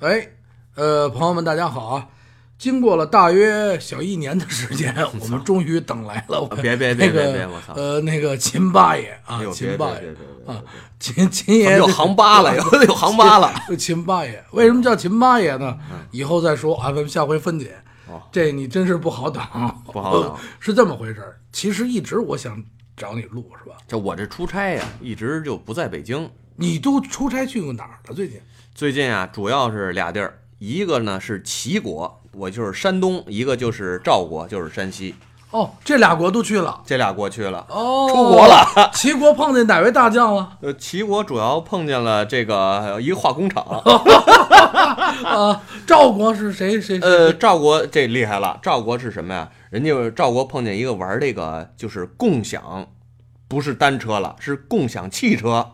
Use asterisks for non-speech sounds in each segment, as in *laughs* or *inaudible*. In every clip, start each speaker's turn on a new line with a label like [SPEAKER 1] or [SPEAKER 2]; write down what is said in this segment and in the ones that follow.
[SPEAKER 1] 哎，呃，朋友们，大家好啊！经过了大约小一年的时
[SPEAKER 2] *laughs*
[SPEAKER 1] 间，我们终于等来了我
[SPEAKER 2] 啊别别别
[SPEAKER 1] 那
[SPEAKER 2] 别别
[SPEAKER 1] 个
[SPEAKER 2] 我操
[SPEAKER 1] 呃那个秦八爷啊
[SPEAKER 2] 哎，呦
[SPEAKER 1] 秦
[SPEAKER 2] 别别
[SPEAKER 1] 八
[SPEAKER 2] 别
[SPEAKER 1] 爷
[SPEAKER 2] 别别
[SPEAKER 1] 啊，秦秦爷
[SPEAKER 2] 有航八了，有有航八 *laughs* 了。嗯
[SPEAKER 1] 就秦八爷，为什么叫秦八爷呢？以后再说啊，咱们下回分解
[SPEAKER 2] 哦。
[SPEAKER 1] 这你真是不好挡，
[SPEAKER 2] 不好挡
[SPEAKER 1] *laughs* 是这么回事儿。其实一直我想找你录，是吧？
[SPEAKER 2] 这我这出差呀、一直就不在北京。
[SPEAKER 1] 你都出差去过哪儿了？最近
[SPEAKER 2] 最近啊，主要是俩地儿，一个呢是齐国，我就是山东；一个就是赵国，就是山西。
[SPEAKER 1] 哦，这俩国都去了。
[SPEAKER 2] 这俩国去了。
[SPEAKER 1] 哦，
[SPEAKER 2] 出国了。
[SPEAKER 1] 齐国碰见哪位大将了？
[SPEAKER 2] 呃，齐国主要碰见了这个呃一个化工厂。
[SPEAKER 1] 啊，赵国是谁谁？谁
[SPEAKER 2] 呃，赵国这厉害了，赵国是什么呀？人家赵国碰见一个玩这个就是共享，不是单车了，是共享汽车。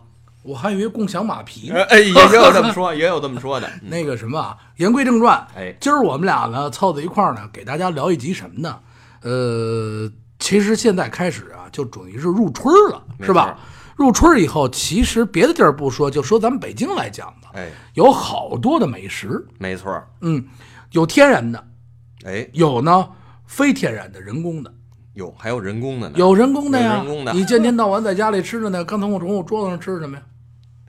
[SPEAKER 1] 我还以为共享马匹呢。
[SPEAKER 2] 呃，哎，也有 *laughs* 这么说，也有这么说的。嗯
[SPEAKER 1] 那个什么啊，言归正传，
[SPEAKER 2] 哎，
[SPEAKER 1] 今儿我们俩呢凑在一块儿呢，给大家聊一集什么呢？呃，其实现在开始啊，就准于是入春儿了，
[SPEAKER 2] 没
[SPEAKER 1] 是吧？入春儿以后，其实别的地儿不说，就说咱们北京来讲吧，
[SPEAKER 2] 哎，
[SPEAKER 1] 有好多的美食，
[SPEAKER 2] 没错儿。
[SPEAKER 1] 嗯，有天然的，
[SPEAKER 2] 哎，
[SPEAKER 1] 有呢非天然的，人工的，
[SPEAKER 2] 有还有人工的呢。
[SPEAKER 1] 有人工的呀，
[SPEAKER 2] 嗯有人工的
[SPEAKER 1] 你见天到晚在家里吃着呢，刚从我从我桌子上吃什么呀？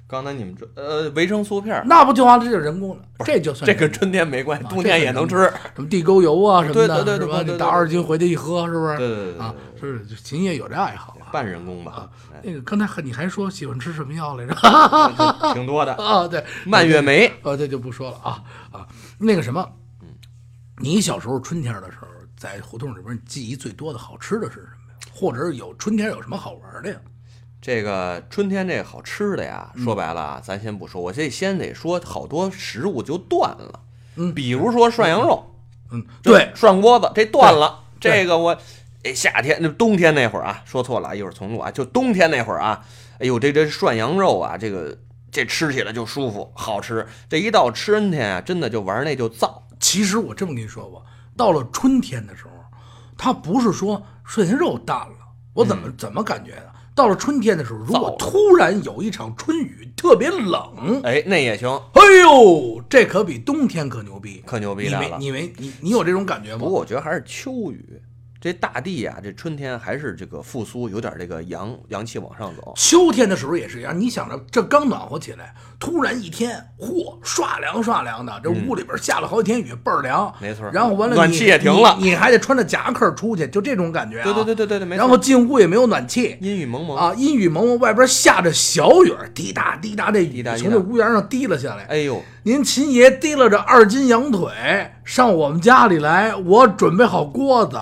[SPEAKER 2] 刚才你们这呃维生素片儿，
[SPEAKER 1] 那不啊就完了？这就是人工的，这就算
[SPEAKER 2] 这
[SPEAKER 1] 人
[SPEAKER 2] 个春天没关系，冬天也能吃。
[SPEAKER 1] 什么地沟油啊什么的，
[SPEAKER 2] 对对对
[SPEAKER 1] 是吧？
[SPEAKER 2] 对对对
[SPEAKER 1] 你打二斤回去一喝，是不是？
[SPEAKER 2] 对对对对哎
[SPEAKER 1] 啊，是就秦爷有这爱好啊。
[SPEAKER 2] 半人工吧，
[SPEAKER 1] 那个刚才和你还说喜欢吃什么药来着？ *laughs*
[SPEAKER 2] 哎挺多的。
[SPEAKER 1] 啊，对，
[SPEAKER 2] 蔓越莓，
[SPEAKER 1] 呃，这就不说了啊啊，那个什么，
[SPEAKER 2] 嗯
[SPEAKER 1] 你小时候春天的时候，在胡同里边你记忆最多的好吃的是什么呀？或者是有春天有什么好玩的呀？
[SPEAKER 2] 这个春天这好吃的呀，
[SPEAKER 1] 嗯
[SPEAKER 2] 说白了啊，咱先不说，我这先得说好多食物就断了，
[SPEAKER 1] 嗯
[SPEAKER 2] 比如说涮羊肉，
[SPEAKER 1] 嗯，对，
[SPEAKER 2] 涮锅子这断了，
[SPEAKER 1] 对
[SPEAKER 2] 这个我，哎，夏天那冬天那会儿啊，说错了啊，一会儿重录啊，就冬天那会儿啊，哎呦，这这涮羊肉啊，这个这吃起来就舒服，好吃，这一到春天啊，真的就玩儿那就燥，
[SPEAKER 1] 其实我这么跟你说吧，到了春天的时候，它不是说涮羊肉淡了，我怎么、
[SPEAKER 2] 嗯
[SPEAKER 1] 怎么感觉呢？到了春天的时候，如
[SPEAKER 2] 燥
[SPEAKER 1] 果
[SPEAKER 2] 了
[SPEAKER 1] 突然有一场春雨，特别冷，
[SPEAKER 2] 哎，那也行。
[SPEAKER 1] 哎呦，这可比冬天可牛逼，
[SPEAKER 2] 可牛逼
[SPEAKER 1] 你
[SPEAKER 2] 大
[SPEAKER 1] 没
[SPEAKER 2] 了
[SPEAKER 1] 你没你你有这种感觉吗
[SPEAKER 2] 不？过我觉得还是秋雨，这大地呀、这春天还是这个复苏，有点这个阳阳气往上走。
[SPEAKER 1] 秋天的时候也是一样，你想着这刚暖和起来，突然一天，嚯，唰凉唰凉的，这屋里边下了好几天雨，倍儿凉。
[SPEAKER 2] 嗯没错
[SPEAKER 1] 然后完了你，
[SPEAKER 2] 暖气也停了
[SPEAKER 1] 你，你还得穿着夹克出去，就这种感觉、啊。
[SPEAKER 2] 对对对对对对，没错。
[SPEAKER 1] 然后进屋也没有暖气，
[SPEAKER 2] 阴雨蒙蒙，
[SPEAKER 1] 啊，阴雨蒙蒙，外边下着小雨儿，滴答滴答，这雨
[SPEAKER 2] 滴答滴
[SPEAKER 1] 从
[SPEAKER 2] 答
[SPEAKER 1] 这屋檐上滴了下来。
[SPEAKER 2] 哎呦，
[SPEAKER 1] 您秦爷提了着二斤羊腿上我们家里来，我准备好锅子，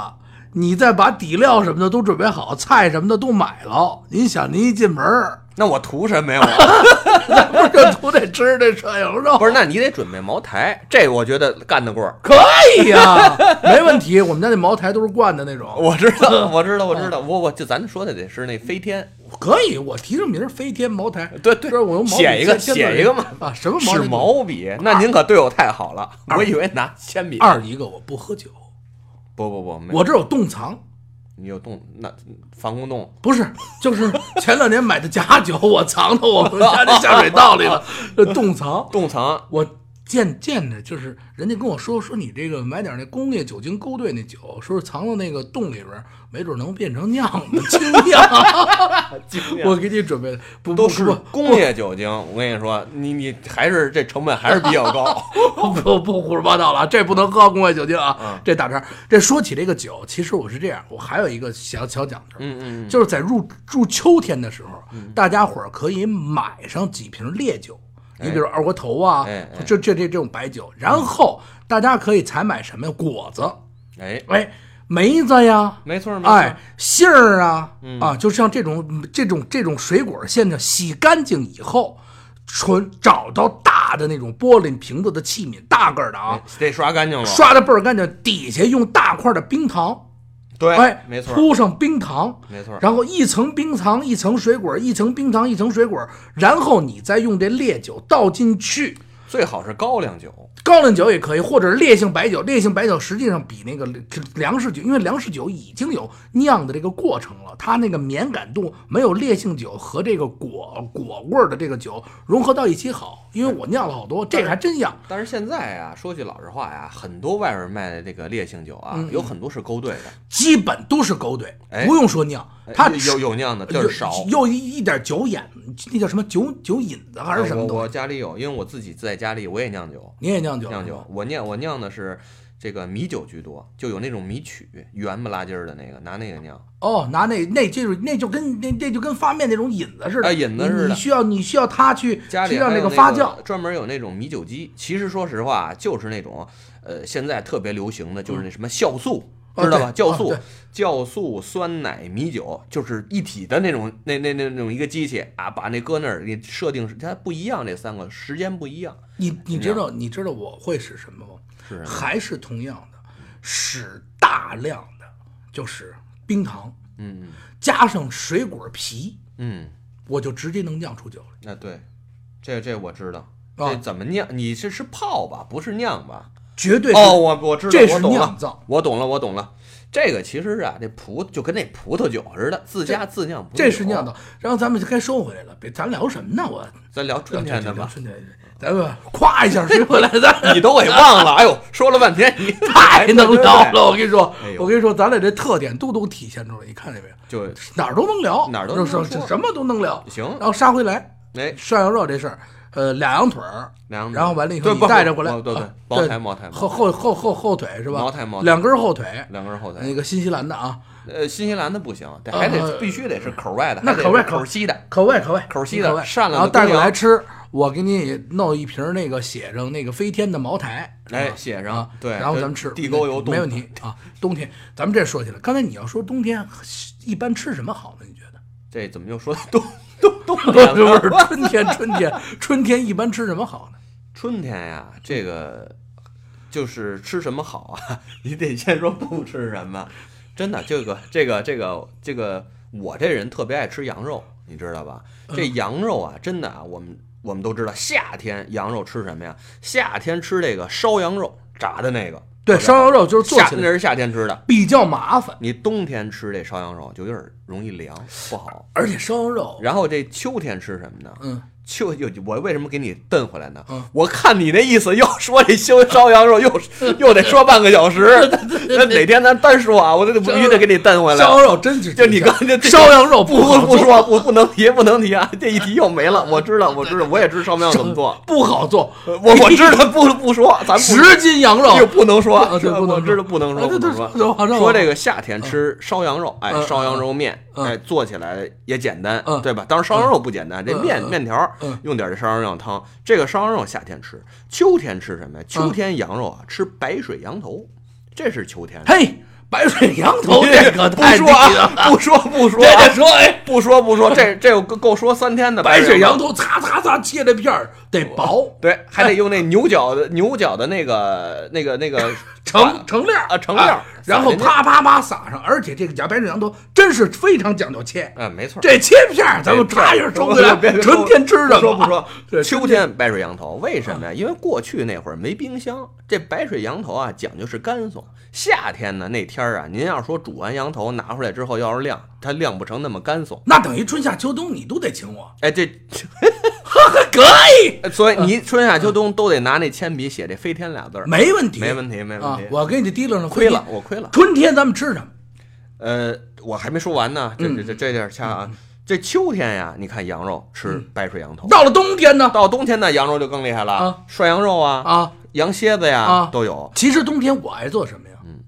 [SPEAKER 1] 你再把底料什么的都准备好，菜什么的都买了。您想，您一进门
[SPEAKER 2] *laughs*
[SPEAKER 1] 儿，
[SPEAKER 2] 那我图什么呀？我
[SPEAKER 1] 咱不是都得吃这涮羊肉？
[SPEAKER 2] 不是，那你得准备茅台，这我觉得干得过儿。
[SPEAKER 1] 可以呀、 *laughs* 没问题。我们家那茅台都是灌的那种，
[SPEAKER 2] 我知 *laughs* 道，我知道，我知道，我我就咱说的得是那飞天，
[SPEAKER 1] 可以。我提这名儿飞天茅台，
[SPEAKER 2] 对对
[SPEAKER 1] 这我用毛笔
[SPEAKER 2] 写一个
[SPEAKER 1] 签字儿
[SPEAKER 2] 写一个嘛
[SPEAKER 1] 啊，什么毛
[SPEAKER 2] 是
[SPEAKER 1] 笔
[SPEAKER 2] 毛笔。那您可对我太好了，我以为拿铅笔。
[SPEAKER 1] 二一个我不喝酒，
[SPEAKER 2] 不不不，没
[SPEAKER 1] 我这有冻藏。
[SPEAKER 2] 你有洞，那防空洞。
[SPEAKER 1] 不是，就是前两年买的假酒，我藏到我们家那下水道里了，这冻藏。
[SPEAKER 2] 洞藏
[SPEAKER 1] 我见见着，就是人家跟我说说你这个买点那工业酒精勾兑那酒，说是藏到那个洞里边儿，没准能变成酿的精酿。
[SPEAKER 2] *laughs*
[SPEAKER 1] 我给你准备的，不
[SPEAKER 2] 都
[SPEAKER 1] 不
[SPEAKER 2] 是
[SPEAKER 1] 不
[SPEAKER 2] 工业酒精，我跟你说，你你还是这成本还是比较
[SPEAKER 1] *laughs*
[SPEAKER 2] 高。
[SPEAKER 1] 不不不胡说八道了，啊这不能喝工业酒精啊！
[SPEAKER 2] 嗯
[SPEAKER 1] 这打岔。这说起这个酒，其实我是这样，我还有一个小小讲究，
[SPEAKER 2] 嗯嗯，嗯
[SPEAKER 1] 就是在入入秋天的时候，大家伙儿可以买上几瓶烈酒，你比如二锅头啊
[SPEAKER 2] 哎，哎
[SPEAKER 1] 这这这这种白酒，然后大家可以采买什么呀？果子，
[SPEAKER 2] 哎，
[SPEAKER 1] 哎，梅子呀，
[SPEAKER 2] 没错没错，
[SPEAKER 1] 哎，杏儿啊，
[SPEAKER 2] 嗯
[SPEAKER 1] 啊，就像这种这种这种水果，现在洗干净以后，纯找到大的那种玻璃瓶子的器皿，大个儿的啊，
[SPEAKER 2] 得刷干净了。
[SPEAKER 1] 刷的倍儿干净，底下用大块的冰糖。
[SPEAKER 2] 对，
[SPEAKER 1] 哎，
[SPEAKER 2] 没错，嗯
[SPEAKER 1] 铺上冰糖，
[SPEAKER 2] 没错
[SPEAKER 1] 然后一层冰糖，一层水果，一层冰糖，一层水果，然后你再用这烈酒倒进去，
[SPEAKER 2] 最好是高粱酒，
[SPEAKER 1] 高粱酒也可以，或者是烈性白酒。烈性白酒实际上比那个粮食酒，因为粮食酒已经有酿的这个过程了，它那个绵感度没有烈性酒和这个果果味儿的这个酒融合到一起好。因为我酿了好多，这个还真酿。
[SPEAKER 2] 但是现在啊，说句老实话呀，很多外边卖的这个烈性酒啊，
[SPEAKER 1] 嗯嗯
[SPEAKER 2] 有很多是勾兑的，
[SPEAKER 1] 基本都是勾兑，
[SPEAKER 2] 哎
[SPEAKER 1] 不用说酿，它
[SPEAKER 2] 有有有酿的地儿少。
[SPEAKER 1] 又一一点酒眼，那叫什么酒酒引子还是什么
[SPEAKER 2] 呃啊我
[SPEAKER 1] 东
[SPEAKER 2] 我
[SPEAKER 1] 西？
[SPEAKER 2] 家里有，因为我自己在家里我也酿酒，
[SPEAKER 1] 你也酿酒？
[SPEAKER 2] 酿酒，我酿我酿的是这个米酒居多，就有那种米曲圆不拉几儿的那个，拿那个酿。
[SPEAKER 1] 哦，拿那那就是那就跟那那就跟发面那种引子似的，
[SPEAKER 2] 哎引子似的
[SPEAKER 1] 你你需要你需要它去
[SPEAKER 2] 家里
[SPEAKER 1] 去让
[SPEAKER 2] 还有
[SPEAKER 1] 个
[SPEAKER 2] 那
[SPEAKER 1] 发酵，，
[SPEAKER 2] 专门有那种米酒机。其实说实话，啊就是那种呃，现在特别流行的就是那什么酵素，
[SPEAKER 1] 嗯哦
[SPEAKER 2] 知道吧？
[SPEAKER 1] 对
[SPEAKER 2] 酵
[SPEAKER 1] 哦
[SPEAKER 2] 素
[SPEAKER 1] 对、
[SPEAKER 2] 酵素、酸奶、米酒，就是一体的那种，那那那那种一个机器啊，把那搁那儿，你设定是它不一样，这三个时间不一样，
[SPEAKER 1] 你你知道你知道我会使什么吗？
[SPEAKER 2] 是什么
[SPEAKER 1] 还是同样的，使大量的就是冰糖
[SPEAKER 2] 嗯
[SPEAKER 1] 加上水果皮，
[SPEAKER 2] 嗯，
[SPEAKER 1] 我就直接能酿出酒来。
[SPEAKER 2] 那对，这这我知道。
[SPEAKER 1] 啊
[SPEAKER 2] 这怎么酿？你这是泡吧，不是酿吧？
[SPEAKER 1] 绝对是
[SPEAKER 2] 哦，我我知道，
[SPEAKER 1] 这是
[SPEAKER 2] 我懂
[SPEAKER 1] 酿
[SPEAKER 2] 了
[SPEAKER 1] 造，
[SPEAKER 2] 我懂了，我懂了。这个其实啊，这葡就跟那葡萄酒似的，自家自酿葡萄酒。
[SPEAKER 1] 这是酿造。然后咱们就该收回来了，别咱聊什么呢？我
[SPEAKER 2] 咱聊春天的吧，
[SPEAKER 1] *laughs* 春天，咱们夸一下谁回来，咱
[SPEAKER 2] 你都给忘了。哎呦，说了半天，你
[SPEAKER 1] *laughs* 太能聊
[SPEAKER 2] 了。
[SPEAKER 1] 了。我跟你说
[SPEAKER 2] 哎，呦
[SPEAKER 1] 我跟你说，咱俩这特点都都体现出来，你看见没有？
[SPEAKER 2] 就
[SPEAKER 1] 哪儿都能聊，
[SPEAKER 2] 哪儿都能
[SPEAKER 1] 就是
[SPEAKER 2] 说
[SPEAKER 1] 什么都能聊。
[SPEAKER 2] 行
[SPEAKER 1] 然后杀回来
[SPEAKER 2] 哎，
[SPEAKER 1] 涮羊肉这事儿，呃，俩羊腿儿，
[SPEAKER 2] 两
[SPEAKER 1] 然后完了以后
[SPEAKER 2] 对
[SPEAKER 1] 你
[SPEAKER 2] 不
[SPEAKER 1] 带着过来，
[SPEAKER 2] 不对对
[SPEAKER 1] 啊，
[SPEAKER 2] 茅台茅台，
[SPEAKER 1] 后后后后后腿是吧？
[SPEAKER 2] 茅台茅台
[SPEAKER 1] 两根后腿，
[SPEAKER 2] 两根后台
[SPEAKER 1] 那。个新西兰的啊，
[SPEAKER 2] 呃，新西兰的不行，得还
[SPEAKER 1] 呃
[SPEAKER 2] 得必须得是口外的，
[SPEAKER 1] 那
[SPEAKER 2] 还得
[SPEAKER 1] 口味
[SPEAKER 2] 是口西的。
[SPEAKER 1] 口味口味
[SPEAKER 2] 口西的
[SPEAKER 1] 口味，
[SPEAKER 2] 善良的
[SPEAKER 1] 然后带过
[SPEAKER 2] 公
[SPEAKER 1] 来
[SPEAKER 2] 羊
[SPEAKER 1] 吃。我给你弄一瓶那个写上那个飞天的茅台，是吧
[SPEAKER 2] 哎写上
[SPEAKER 1] 啊
[SPEAKER 2] 对
[SPEAKER 1] 然后
[SPEAKER 2] 这
[SPEAKER 1] 咱们吃
[SPEAKER 2] 地沟油
[SPEAKER 1] 没
[SPEAKER 2] 冻
[SPEAKER 1] 问题啊。冬天，咱们这说起来，刚才你要说冬天一般吃什么好呢？你觉得？
[SPEAKER 2] 这怎么又说到冬冬冬天了？
[SPEAKER 1] 不是春天，春天，春天一般吃什么好呢？
[SPEAKER 2] 春天呀，这个就是吃什么好啊？ *laughs* 你得先说不吃什么。真的，这个这个这个这个，我这人特别爱吃羊肉，你知道吧？
[SPEAKER 1] 嗯
[SPEAKER 2] 这羊肉啊，真的啊，我们我们都知道，夏天羊肉吃什么呀？夏天吃这个烧羊肉，炸的那个。
[SPEAKER 1] 对，烧羊肉就是做
[SPEAKER 2] 夏
[SPEAKER 1] 起
[SPEAKER 2] 那
[SPEAKER 1] 来
[SPEAKER 2] 是夏天吃的，
[SPEAKER 1] 比较麻烦，
[SPEAKER 2] 你冬天吃这烧羊肉就有点容易凉，不好。
[SPEAKER 1] 而且烧羊肉，
[SPEAKER 2] 然后这秋天吃什么呢？
[SPEAKER 1] 嗯，
[SPEAKER 2] 秋就我为什么给你蹬回来呢？
[SPEAKER 1] 嗯
[SPEAKER 2] 我看你那意思，又说这修烧羊肉，又又得说半个小时。那哪天咱单说啊？我这必须得给你蹬回来。
[SPEAKER 1] 烧羊肉真是
[SPEAKER 2] 就你刚才这
[SPEAKER 1] 烧羊肉不好
[SPEAKER 2] 不不
[SPEAKER 1] 做
[SPEAKER 2] 说不不能提不能提啊！这一提又没了。我知道我知道，我也知道烧羊肉怎么做。
[SPEAKER 1] 不好做，
[SPEAKER 2] 我我知道不不说，咱不
[SPEAKER 1] 十斤羊肉
[SPEAKER 2] *laughs* 又不能说
[SPEAKER 1] 啊，对
[SPEAKER 2] 是吧
[SPEAKER 1] 不能
[SPEAKER 2] 我
[SPEAKER 1] 说
[SPEAKER 2] 知道不能
[SPEAKER 1] 啊
[SPEAKER 2] 说，
[SPEAKER 1] 对
[SPEAKER 2] 不
[SPEAKER 1] 对
[SPEAKER 2] 能说。
[SPEAKER 1] 对往上
[SPEAKER 2] 说这个夏天吃烧羊肉，哎
[SPEAKER 1] 嗯，
[SPEAKER 2] 烧羊肉面，
[SPEAKER 1] 嗯
[SPEAKER 2] 哎，做起来也简单
[SPEAKER 1] 嗯，
[SPEAKER 2] 对吧？当然烧羊肉不简单，这面
[SPEAKER 1] 嗯嗯
[SPEAKER 2] 面条
[SPEAKER 1] 嗯
[SPEAKER 2] 用点这烧羊肉汤。这个烧羊肉夏天吃，秋天吃什么呀？
[SPEAKER 1] 嗯
[SPEAKER 2] 秋天羊肉啊，吃白水羊头，这是秋天。
[SPEAKER 1] 嘿，白
[SPEAKER 2] *laughs*
[SPEAKER 1] 水羊 *laughs* 头这个
[SPEAKER 2] 不
[SPEAKER 1] 太
[SPEAKER 2] 说
[SPEAKER 1] 低了
[SPEAKER 2] 啊，不说不说
[SPEAKER 1] *laughs* 这
[SPEAKER 2] 啊，
[SPEAKER 1] 得说哎，
[SPEAKER 2] 不说不说，这这够够说三天的
[SPEAKER 1] 白水
[SPEAKER 2] 羊
[SPEAKER 1] 羊头擦擦擦切的片儿得薄，
[SPEAKER 2] 对，还得用那牛角的牛角的那个那个那个
[SPEAKER 1] *laughs* 成成粒儿
[SPEAKER 2] 啊成粒儿
[SPEAKER 1] 啊然后
[SPEAKER 2] 撒进去
[SPEAKER 1] 啪啪啪撒上，而且这个假白水羊头真是非常讲究切，
[SPEAKER 2] 啊，没错，
[SPEAKER 1] 这切片儿咱们啪一下抽回来，
[SPEAKER 2] 哎别别别
[SPEAKER 1] 春天吃啊什么？
[SPEAKER 2] 不说不说
[SPEAKER 1] *laughs* 对，
[SPEAKER 2] 秋天白水羊头，为什么呀？因为过去那会儿没冰箱，这白水羊头啊讲究是干松。夏天呢那天儿啊，您要说煮完羊头拿出来之后要是晾，它晾不成那么干松。
[SPEAKER 1] 那等于春夏秋冬你都得请我，
[SPEAKER 2] 哎，这呃
[SPEAKER 1] 可以，
[SPEAKER 2] 所以你春夏秋冬都得拿那铅笔写这“飞天”俩字儿，
[SPEAKER 1] 没问题，
[SPEAKER 2] 没问题，没问
[SPEAKER 1] 啊
[SPEAKER 2] 题。！
[SPEAKER 1] 我给你提溜上
[SPEAKER 2] 亏了，我亏了。
[SPEAKER 1] 春天咱们吃什么？
[SPEAKER 2] 呃，我还没说完呢，
[SPEAKER 1] 嗯
[SPEAKER 2] 这这这这点儿掐啊。这秋天呀，你看羊肉吃
[SPEAKER 1] 嗯
[SPEAKER 2] 白水羊头，
[SPEAKER 1] 到了冬天呢？
[SPEAKER 2] 到冬天呢，羊肉就更厉害了
[SPEAKER 1] 啊，
[SPEAKER 2] 涮羊肉啊，
[SPEAKER 1] 啊，
[SPEAKER 2] 羊蝎子呀
[SPEAKER 1] 啊
[SPEAKER 2] 都有，
[SPEAKER 1] 其实冬天我爱做什么呀？
[SPEAKER 2] 嗯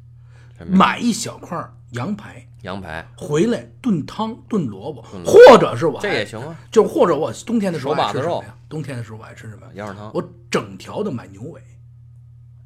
[SPEAKER 2] 什么
[SPEAKER 1] 买一小块儿羊排
[SPEAKER 2] 羊排，
[SPEAKER 1] 回来炖汤、炖萝卜，或者是我
[SPEAKER 2] 嗯这
[SPEAKER 1] 爱
[SPEAKER 2] 也行啊，
[SPEAKER 1] 就或者我冬天的时候
[SPEAKER 2] 手把
[SPEAKER 1] 爱吃
[SPEAKER 2] 子
[SPEAKER 1] 什
[SPEAKER 2] 肉
[SPEAKER 1] 么呀？冬天的时候我爱吃什么呀？
[SPEAKER 2] 羊肉汤。
[SPEAKER 1] 我整条的买牛尾，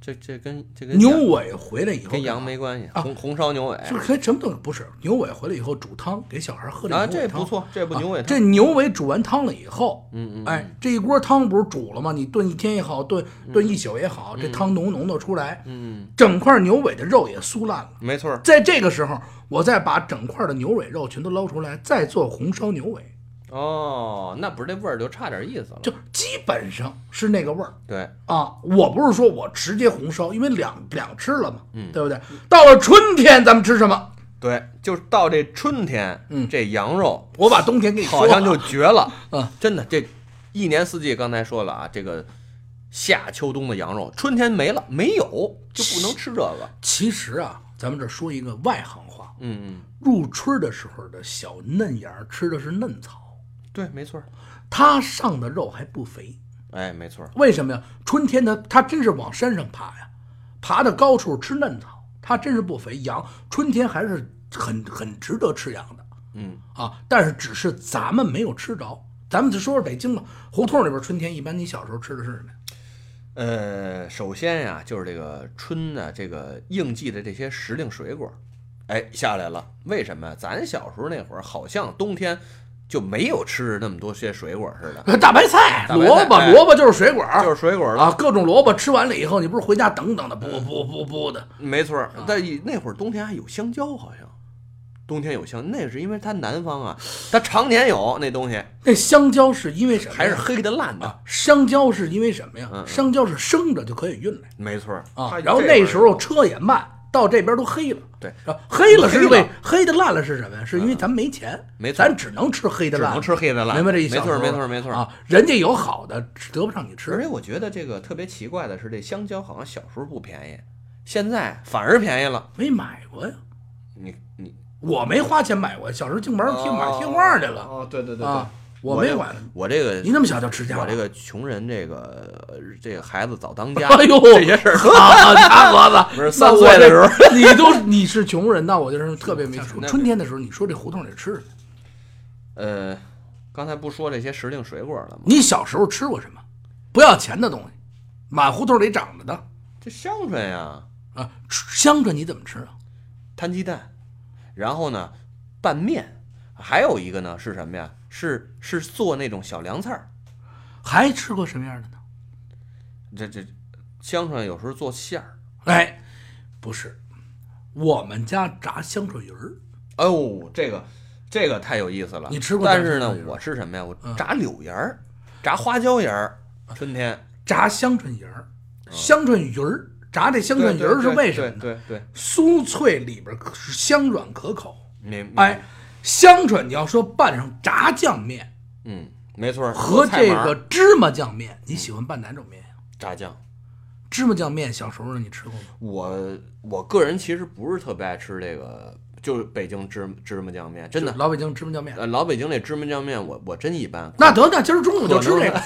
[SPEAKER 2] 这这跟这跟
[SPEAKER 1] 牛
[SPEAKER 2] 羊
[SPEAKER 1] 尾回来以后
[SPEAKER 2] 跟羊没关系，红红烧牛尾
[SPEAKER 1] 就是跟什么都不是，牛尾回来以后煮汤给小孩喝
[SPEAKER 2] 啊，
[SPEAKER 1] 牛
[SPEAKER 2] 这
[SPEAKER 1] 尾汤
[SPEAKER 2] 不错，这不
[SPEAKER 1] 啊
[SPEAKER 2] 牛尾汤
[SPEAKER 1] 这。牛尾煮完汤了以后，
[SPEAKER 2] 嗯嗯，
[SPEAKER 1] 哎，这一锅汤不是煮了吗？你炖一天也好，炖炖一宿也好，这汤浓浓的出来，
[SPEAKER 2] 嗯，
[SPEAKER 1] 整块牛尾的肉也酥烂了。
[SPEAKER 2] 没错儿，
[SPEAKER 1] 在这个时候，我再把整块的牛尾肉全都捞出来，再做红烧牛尾。
[SPEAKER 2] 哦，那不是这味儿就差点意思了。
[SPEAKER 1] 就基本上是那个味儿
[SPEAKER 2] 对，
[SPEAKER 1] 啊。我不是说我直接红烧，因为两两吃了嘛，
[SPEAKER 2] 嗯
[SPEAKER 1] 对不对？到了春天咱们吃什么？
[SPEAKER 2] 对，就是到这春天，
[SPEAKER 1] 嗯
[SPEAKER 2] 这羊肉
[SPEAKER 1] 我把冬天给你说
[SPEAKER 2] 好
[SPEAKER 1] 了，
[SPEAKER 2] 像就绝了。
[SPEAKER 1] 嗯，
[SPEAKER 2] 真的，这一年四季，刚才说了啊，这个夏秋冬的羊肉，春天没了，没有就不能吃这个。
[SPEAKER 1] 其实啊，咱们这说一个外行话，
[SPEAKER 2] 嗯
[SPEAKER 1] 入春的时候的小嫩芽儿吃的是嫩草，
[SPEAKER 2] 嗯，对，没错儿。
[SPEAKER 1] 它上的肉还不肥，
[SPEAKER 2] 哎，没错儿。
[SPEAKER 1] 为什么呀？春天它它真是往山上爬呀，爬到高处吃嫩草，它真是不肥。羊春天还是很很值得吃羊的
[SPEAKER 2] 嗯，
[SPEAKER 1] 啊，但是只是咱们没有吃着。咱们就说说北京吧，胡同里边春天一般，你小时候吃的是什么呀？
[SPEAKER 2] 呃，首先呀、就是这个春呢、这个应季的这些时令水果，哎，下来了。为什么呀？咱小时候那会儿，好像冬天就没有吃那么多些水果
[SPEAKER 1] *laughs*
[SPEAKER 2] 似的，
[SPEAKER 1] 大白菜、
[SPEAKER 2] 大白菜
[SPEAKER 1] 萝卜，
[SPEAKER 2] 哎
[SPEAKER 1] 萝卜就是水果，
[SPEAKER 2] 就是水果了。
[SPEAKER 1] 啊，各种萝卜吃完了以后，你不是回家等等的，不不不不的，
[SPEAKER 2] 没错
[SPEAKER 1] 啊
[SPEAKER 2] 儿，但以那会儿冬天还有香蕉，好像冬天有香，那是因为它南方啊，它常年有那东西，
[SPEAKER 1] 那香蕉是因为什么呀？啊
[SPEAKER 2] 还是黑的烂的。
[SPEAKER 1] 香蕉是因为什么呀？
[SPEAKER 2] 嗯嗯
[SPEAKER 1] 香蕉是生着就可以运来
[SPEAKER 2] 没错儿
[SPEAKER 1] 啊
[SPEAKER 2] 它，
[SPEAKER 1] 然后
[SPEAKER 2] 这边
[SPEAKER 1] 那时候车也慢，到这边都黑了。
[SPEAKER 2] 对，
[SPEAKER 1] 然后黑了是
[SPEAKER 2] 黑了嗯
[SPEAKER 1] 为黑的烂了是什么呀？是因为咱没钱，
[SPEAKER 2] 没错
[SPEAKER 1] 咱只能吃黑的
[SPEAKER 2] 只
[SPEAKER 1] 烂
[SPEAKER 2] 能
[SPEAKER 1] 的，
[SPEAKER 2] 吃黑的烂的，
[SPEAKER 1] 明白这意
[SPEAKER 2] 没
[SPEAKER 1] 思？
[SPEAKER 2] 错儿没错儿没错儿。
[SPEAKER 1] 啊，人家有好的得不上你
[SPEAKER 2] 而
[SPEAKER 1] 吃，
[SPEAKER 2] 且我觉得这个特别奇怪的是，这香蕉好像小时候不便宜，现在反而便宜了。
[SPEAKER 1] 没买过呀，
[SPEAKER 2] 你你
[SPEAKER 1] 我没花钱买过，小时候净玩贴买贴画去了
[SPEAKER 2] 哦，对对对
[SPEAKER 1] 啊，我
[SPEAKER 2] 我
[SPEAKER 1] 没
[SPEAKER 2] 这
[SPEAKER 1] 管。
[SPEAKER 2] 我这个
[SPEAKER 1] 你那么小就吃家
[SPEAKER 2] 我
[SPEAKER 1] 了
[SPEAKER 2] 这？个穷人，这个呃这个孩子早当家，
[SPEAKER 1] 哎呦，
[SPEAKER 2] 这些事儿都 *laughs*
[SPEAKER 1] 好家伙子，
[SPEAKER 2] 不是三岁的时候
[SPEAKER 1] 候，你都你是穷人，那我就是特别没
[SPEAKER 2] 那
[SPEAKER 1] 出。
[SPEAKER 2] 是
[SPEAKER 1] 春天的时候，你说这胡同里吃什么？
[SPEAKER 2] 呃，刚才不说这些时令水果了吗？
[SPEAKER 1] 你小时候吃过什么？不要钱的东西，满胡同里长着的
[SPEAKER 2] 这香椿呀，
[SPEAKER 1] 啊，吃香椿你怎么吃啊？
[SPEAKER 2] 摊鸡蛋，然后呢拌面，还有一个呢是什么呀？是是做那种小凉菜儿。
[SPEAKER 1] 还吃过什么样的呢？
[SPEAKER 2] 这这香椿有时候做馅儿。
[SPEAKER 1] 哎，不是，我们家炸香椿鱼儿，
[SPEAKER 2] 哎呦，这个这个太有意思了。
[SPEAKER 1] 你吃过
[SPEAKER 2] 但是
[SPEAKER 1] 炸
[SPEAKER 2] 呢
[SPEAKER 1] 香椿，鱼
[SPEAKER 2] 我吃什么呀？我
[SPEAKER 1] 嗯
[SPEAKER 2] 炸柳芽儿，炸花椒芽儿。春天
[SPEAKER 1] 炸香椿鱼儿，香椿鱼儿炸这香椿鱼儿是为什么呢？
[SPEAKER 2] 嗯对对对，
[SPEAKER 1] 酥脆里边可是香软可口。
[SPEAKER 2] 没
[SPEAKER 1] 哎，，香椿你要说拌上炸酱面
[SPEAKER 2] 嗯，没错儿。
[SPEAKER 1] 和
[SPEAKER 2] 菜
[SPEAKER 1] 这
[SPEAKER 2] 码儿
[SPEAKER 1] 个芝麻酱面，你喜欢拌哪种面呀？
[SPEAKER 2] 炸酱，
[SPEAKER 1] 芝麻酱面小时候你吃过吗？
[SPEAKER 2] 我我个人其实不是特别爱吃这个，就是北京芝芝麻酱面，真的。
[SPEAKER 1] 老北京芝麻酱面。
[SPEAKER 2] 呃，老北京这芝麻酱面我，我真一般，
[SPEAKER 1] 那得，那今儿中午就吃这个。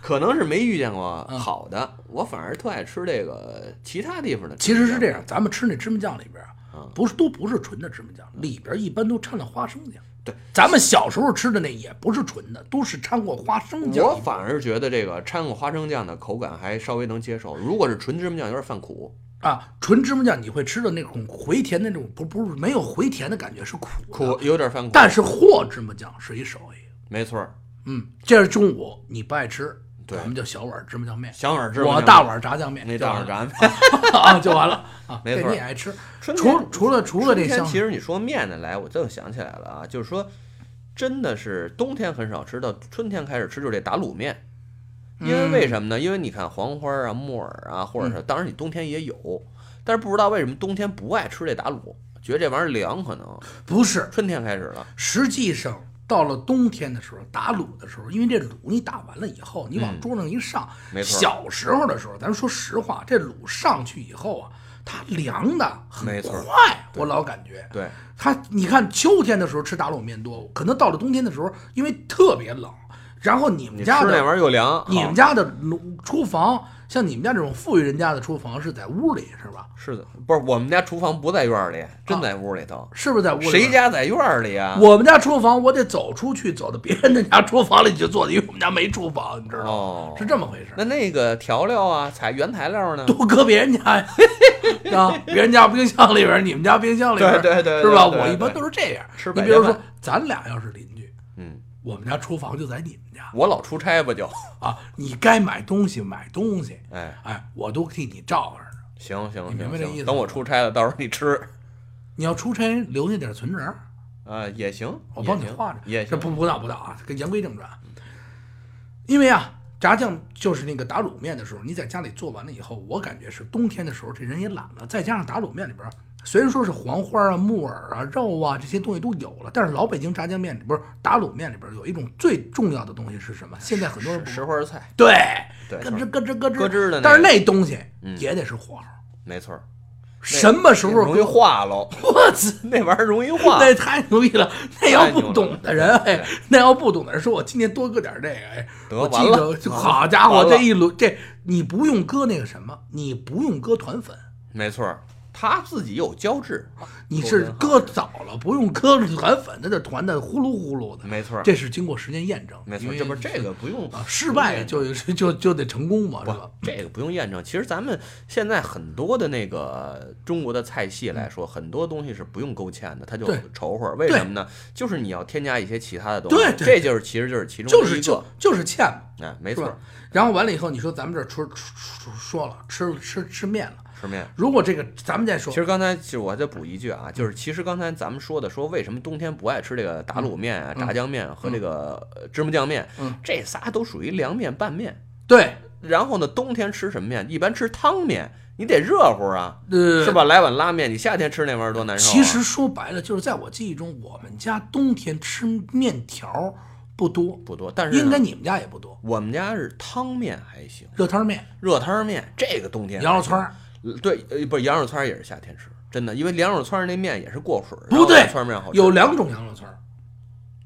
[SPEAKER 2] 可能是没遇见过
[SPEAKER 1] 嗯
[SPEAKER 2] 好的，我反而特爱吃这个其他地方
[SPEAKER 1] *laughs*
[SPEAKER 2] 的。
[SPEAKER 1] 其实是这样，，咱们吃那芝麻酱里边啊
[SPEAKER 2] 嗯，
[SPEAKER 1] 不是都不是纯的芝麻酱，里边一般都掺了花生酱。
[SPEAKER 2] 对，
[SPEAKER 1] 咱们小时候吃的那也不是纯的，都是掺过花生酱。
[SPEAKER 2] 我反而觉得这个掺过花生酱的口感还稍微能接受，如果是纯芝麻酱有点犯苦，
[SPEAKER 1] 啊，纯芝麻酱你会吃的那种回甜的那种，不不是没有回甜的感觉，是苦的。
[SPEAKER 2] 苦有点犯苦。
[SPEAKER 1] 啊但是和芝麻酱是一手艺。
[SPEAKER 2] 没错儿，
[SPEAKER 1] 嗯，这是中午你不爱吃，
[SPEAKER 2] 对
[SPEAKER 1] 咱们就小碗芝麻酱面，
[SPEAKER 2] 想碗芝麻酱
[SPEAKER 1] 我大碗炸酱面，
[SPEAKER 2] 那
[SPEAKER 1] 就
[SPEAKER 2] 大
[SPEAKER 1] 完
[SPEAKER 2] 碗
[SPEAKER 1] 了
[SPEAKER 2] 炸面。
[SPEAKER 1] *laughs* 啊，就完了啊。
[SPEAKER 2] 没
[SPEAKER 1] 这
[SPEAKER 2] 错
[SPEAKER 1] 你也爱吃。
[SPEAKER 2] 春天
[SPEAKER 1] 除除了除了这
[SPEAKER 2] 春天
[SPEAKER 1] 香，
[SPEAKER 2] 其实你说面的来，我这就想起来了啊，就是说，真的是冬天很少吃，到春天开始吃，就是这打卤面。因为
[SPEAKER 1] 嗯
[SPEAKER 2] 为什么呢？因为你看黄花啊、木耳啊，或者是当然你冬天也有，但是不知道为什么冬天不爱吃这打卤，觉得这玩意儿凉，可能
[SPEAKER 1] 不是，
[SPEAKER 2] 春天开始了。
[SPEAKER 1] 实际上到了冬天的时候，打卤的时候，因为这卤你打完了以后，你往桌上一上，
[SPEAKER 2] 嗯没错
[SPEAKER 1] 小时候的时候，咱说实话，这卤上去以后啊，它凉的很
[SPEAKER 2] 没错
[SPEAKER 1] 快，我老感觉。
[SPEAKER 2] 对，
[SPEAKER 1] 它，你看秋天的时候吃打卤面多，可能到了冬天的时候，因为特别冷，然后你们
[SPEAKER 2] 你吃
[SPEAKER 1] 家
[SPEAKER 2] 那玩
[SPEAKER 1] 的
[SPEAKER 2] 意儿又凉。
[SPEAKER 1] 你
[SPEAKER 2] 好
[SPEAKER 1] 们家的炉厨房，像你们家这种富裕人家的厨房是在屋里是吧？
[SPEAKER 2] 是的，不是我们家厨房不在院儿里，真在屋里头。
[SPEAKER 1] 是啊不是在屋里？
[SPEAKER 2] 谁？家在院儿里啊？
[SPEAKER 1] 我们家厨房，我得走出去，走到别人的家厨房里去做，因为我们家没厨房，你知道吗？
[SPEAKER 2] 哦，
[SPEAKER 1] 是这么回事儿。
[SPEAKER 2] 那那个调料啊，材原材料呢？
[SPEAKER 1] 都搁别人家
[SPEAKER 2] *laughs*
[SPEAKER 1] 呀， *laughs* 啊，别人家冰箱里边儿，你们家冰箱里边儿，
[SPEAKER 2] 对对对对
[SPEAKER 1] 是吧？
[SPEAKER 2] 对对
[SPEAKER 1] 我
[SPEAKER 2] 对
[SPEAKER 1] 一般都是这样。
[SPEAKER 2] 吃
[SPEAKER 1] 你
[SPEAKER 2] 百
[SPEAKER 1] 比如
[SPEAKER 2] 家
[SPEAKER 1] 说
[SPEAKER 2] 饭，
[SPEAKER 1] 咱俩要是邻居，
[SPEAKER 2] 嗯，
[SPEAKER 1] 我们家厨房就在你们家
[SPEAKER 2] 我老出差吧就。
[SPEAKER 1] 啊，你该买东西买东西，
[SPEAKER 2] 哎，
[SPEAKER 1] 哎，我都替你罩着呢。
[SPEAKER 2] 行行
[SPEAKER 1] 你明
[SPEAKER 2] 行
[SPEAKER 1] 白这意思
[SPEAKER 2] 行，
[SPEAKER 1] 吗
[SPEAKER 2] 等我出差了，到时候你吃。
[SPEAKER 1] 你要出差留下点存折儿，
[SPEAKER 2] 呃，也行，
[SPEAKER 1] 我帮你
[SPEAKER 2] 也行
[SPEAKER 1] 画着。
[SPEAKER 2] 也
[SPEAKER 1] 这
[SPEAKER 2] 行。
[SPEAKER 1] 不不闹不闹啊，跟言归正传。因为啊，炸酱就是那个打卤面的时候，你在家里做完了以后，我感觉是冬天的时候这人也懒了，再加上打卤面里边儿，虽然说是黄花啊、木耳啊、肉啊这些东西都有了，但是老北京炸酱面里不是打卤面里边儿有一种最重要的东西是什么？现在很多人不
[SPEAKER 2] 石花菜，
[SPEAKER 1] 对，
[SPEAKER 2] 对
[SPEAKER 1] 咯吱咯吱咯吱
[SPEAKER 2] 咯吱的那个
[SPEAKER 1] 但是那东西
[SPEAKER 2] 嗯
[SPEAKER 1] 也得是火候，
[SPEAKER 2] 没错儿，
[SPEAKER 1] 什么时候
[SPEAKER 2] 容易化喽，
[SPEAKER 1] 我操！
[SPEAKER 2] 那玩意儿容易化。
[SPEAKER 1] *laughs* 那太牛逼了！那要不懂的人，
[SPEAKER 2] 太牛
[SPEAKER 1] 哎
[SPEAKER 2] 了，
[SPEAKER 1] 那要不懂的人说，我今年多搁点这个，哎，
[SPEAKER 2] 得
[SPEAKER 1] 我
[SPEAKER 2] 完
[SPEAKER 1] 记
[SPEAKER 2] 了
[SPEAKER 1] 着，就好家伙，
[SPEAKER 2] 完了
[SPEAKER 1] 这一轮这你不用搁那个什么，你不用搁团粉，
[SPEAKER 2] 没错儿，它自己有胶质，
[SPEAKER 1] 你
[SPEAKER 2] 做
[SPEAKER 1] 是
[SPEAKER 2] 得好
[SPEAKER 1] 搁早了，不用搁团粉，那就团的呼噜呼噜的。
[SPEAKER 2] 没错儿，
[SPEAKER 1] 这是经过时间验证，
[SPEAKER 2] 没错
[SPEAKER 1] 因
[SPEAKER 2] 儿，
[SPEAKER 1] 为
[SPEAKER 2] 这不这个不用
[SPEAKER 1] 啊，失败
[SPEAKER 2] 不用
[SPEAKER 1] 就就就得成功嘛，是吧
[SPEAKER 2] 不？这个不用验证。其实咱们现在很多的那个中国的菜系来说，很多东西是不用勾芡的，它就
[SPEAKER 1] 嗯对
[SPEAKER 2] 稠乎儿。为
[SPEAKER 1] 对
[SPEAKER 2] 什么呢？就是你要添加一些其他的东西，
[SPEAKER 1] 对对
[SPEAKER 2] 这就是其实就是其中
[SPEAKER 1] 就
[SPEAKER 2] 的
[SPEAKER 1] 是
[SPEAKER 2] 一
[SPEAKER 1] 就
[SPEAKER 2] 个。
[SPEAKER 1] 就是欠嘛，
[SPEAKER 2] 哎，没
[SPEAKER 1] 是
[SPEAKER 2] 错
[SPEAKER 1] 吧
[SPEAKER 2] 儿，？
[SPEAKER 1] 然后完了以后，你说咱们这儿说说说了吃吃吃面了，
[SPEAKER 2] 吃面。
[SPEAKER 1] 如果这个咱们再说
[SPEAKER 2] 其，实刚才其实我还得补一句
[SPEAKER 1] 嗯
[SPEAKER 2] 啊，就是其实刚才咱们说的，说为什么冬天不爱吃这个打卤面啊、
[SPEAKER 1] 嗯
[SPEAKER 2] 炸酱面和这个呃芝麻酱面，
[SPEAKER 1] 嗯
[SPEAKER 2] 这仨都属于凉面拌面。
[SPEAKER 1] 对，
[SPEAKER 2] 然后呢，冬天吃什么面？一般吃汤面，你得热乎啊，
[SPEAKER 1] 呃，
[SPEAKER 2] 是吧？来碗拉面，你夏天吃那玩意儿多难受、啊。
[SPEAKER 1] 其实说白了，就是在我记忆中，我们家冬天吃面条不多，
[SPEAKER 2] 不多，但是
[SPEAKER 1] 应
[SPEAKER 2] 呢
[SPEAKER 1] 该你们家也不多。
[SPEAKER 2] 我们家是汤面还行，
[SPEAKER 1] 热汤面、
[SPEAKER 2] 热汤面这个冬天
[SPEAKER 1] 羊肉串儿，
[SPEAKER 2] 呃对，呃不是羊肉串儿也是夏天吃，真的，因为羊肉串儿那面也是过水儿，
[SPEAKER 1] 不对
[SPEAKER 2] 然后串儿面好吃
[SPEAKER 1] 有两种羊肉串儿，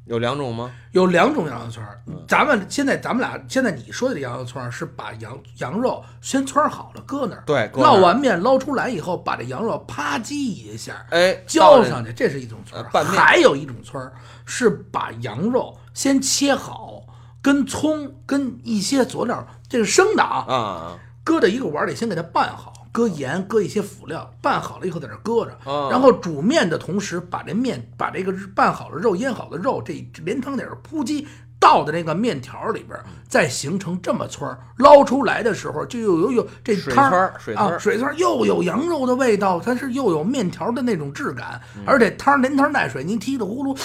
[SPEAKER 2] 有两种吗？
[SPEAKER 1] 有两种羊肉串儿。
[SPEAKER 2] 嗯
[SPEAKER 1] 咱们现在咱们俩现在你说的这羊肉串儿是把羊羊肉先汆好了搁那儿，
[SPEAKER 2] 对，搁那
[SPEAKER 1] 烙
[SPEAKER 2] 儿
[SPEAKER 1] 完面捞出来以后，把这羊肉啪叽一下
[SPEAKER 2] 哎
[SPEAKER 1] 浇
[SPEAKER 2] 到那
[SPEAKER 1] 上去，这是一种串儿
[SPEAKER 2] 呃。拌面
[SPEAKER 1] 还有一种串儿是把羊肉先切好，跟葱跟一些佐料，这是生的啊。
[SPEAKER 2] 啊，
[SPEAKER 1] 搁在一个碗里，先给它拌好，搁盐，搁一些辅料，拌好了以后在那儿搁着，
[SPEAKER 2] 啊
[SPEAKER 1] 然后煮面的同时，把这面把这个拌好了肉、腌好的肉，这连汤底儿扑击倒在那个面条里边儿，
[SPEAKER 2] 嗯
[SPEAKER 1] 再形成这么圈儿，捞出来的时候就又有有这
[SPEAKER 2] 水
[SPEAKER 1] 汤
[SPEAKER 2] 圈
[SPEAKER 1] 儿
[SPEAKER 2] 儿水圈
[SPEAKER 1] 啊，
[SPEAKER 2] 儿
[SPEAKER 1] 水圈儿又有羊肉的味道，它是又有面条的那种质感，
[SPEAKER 2] 嗯
[SPEAKER 1] 而且汤儿连汤带水，您踢的呼噜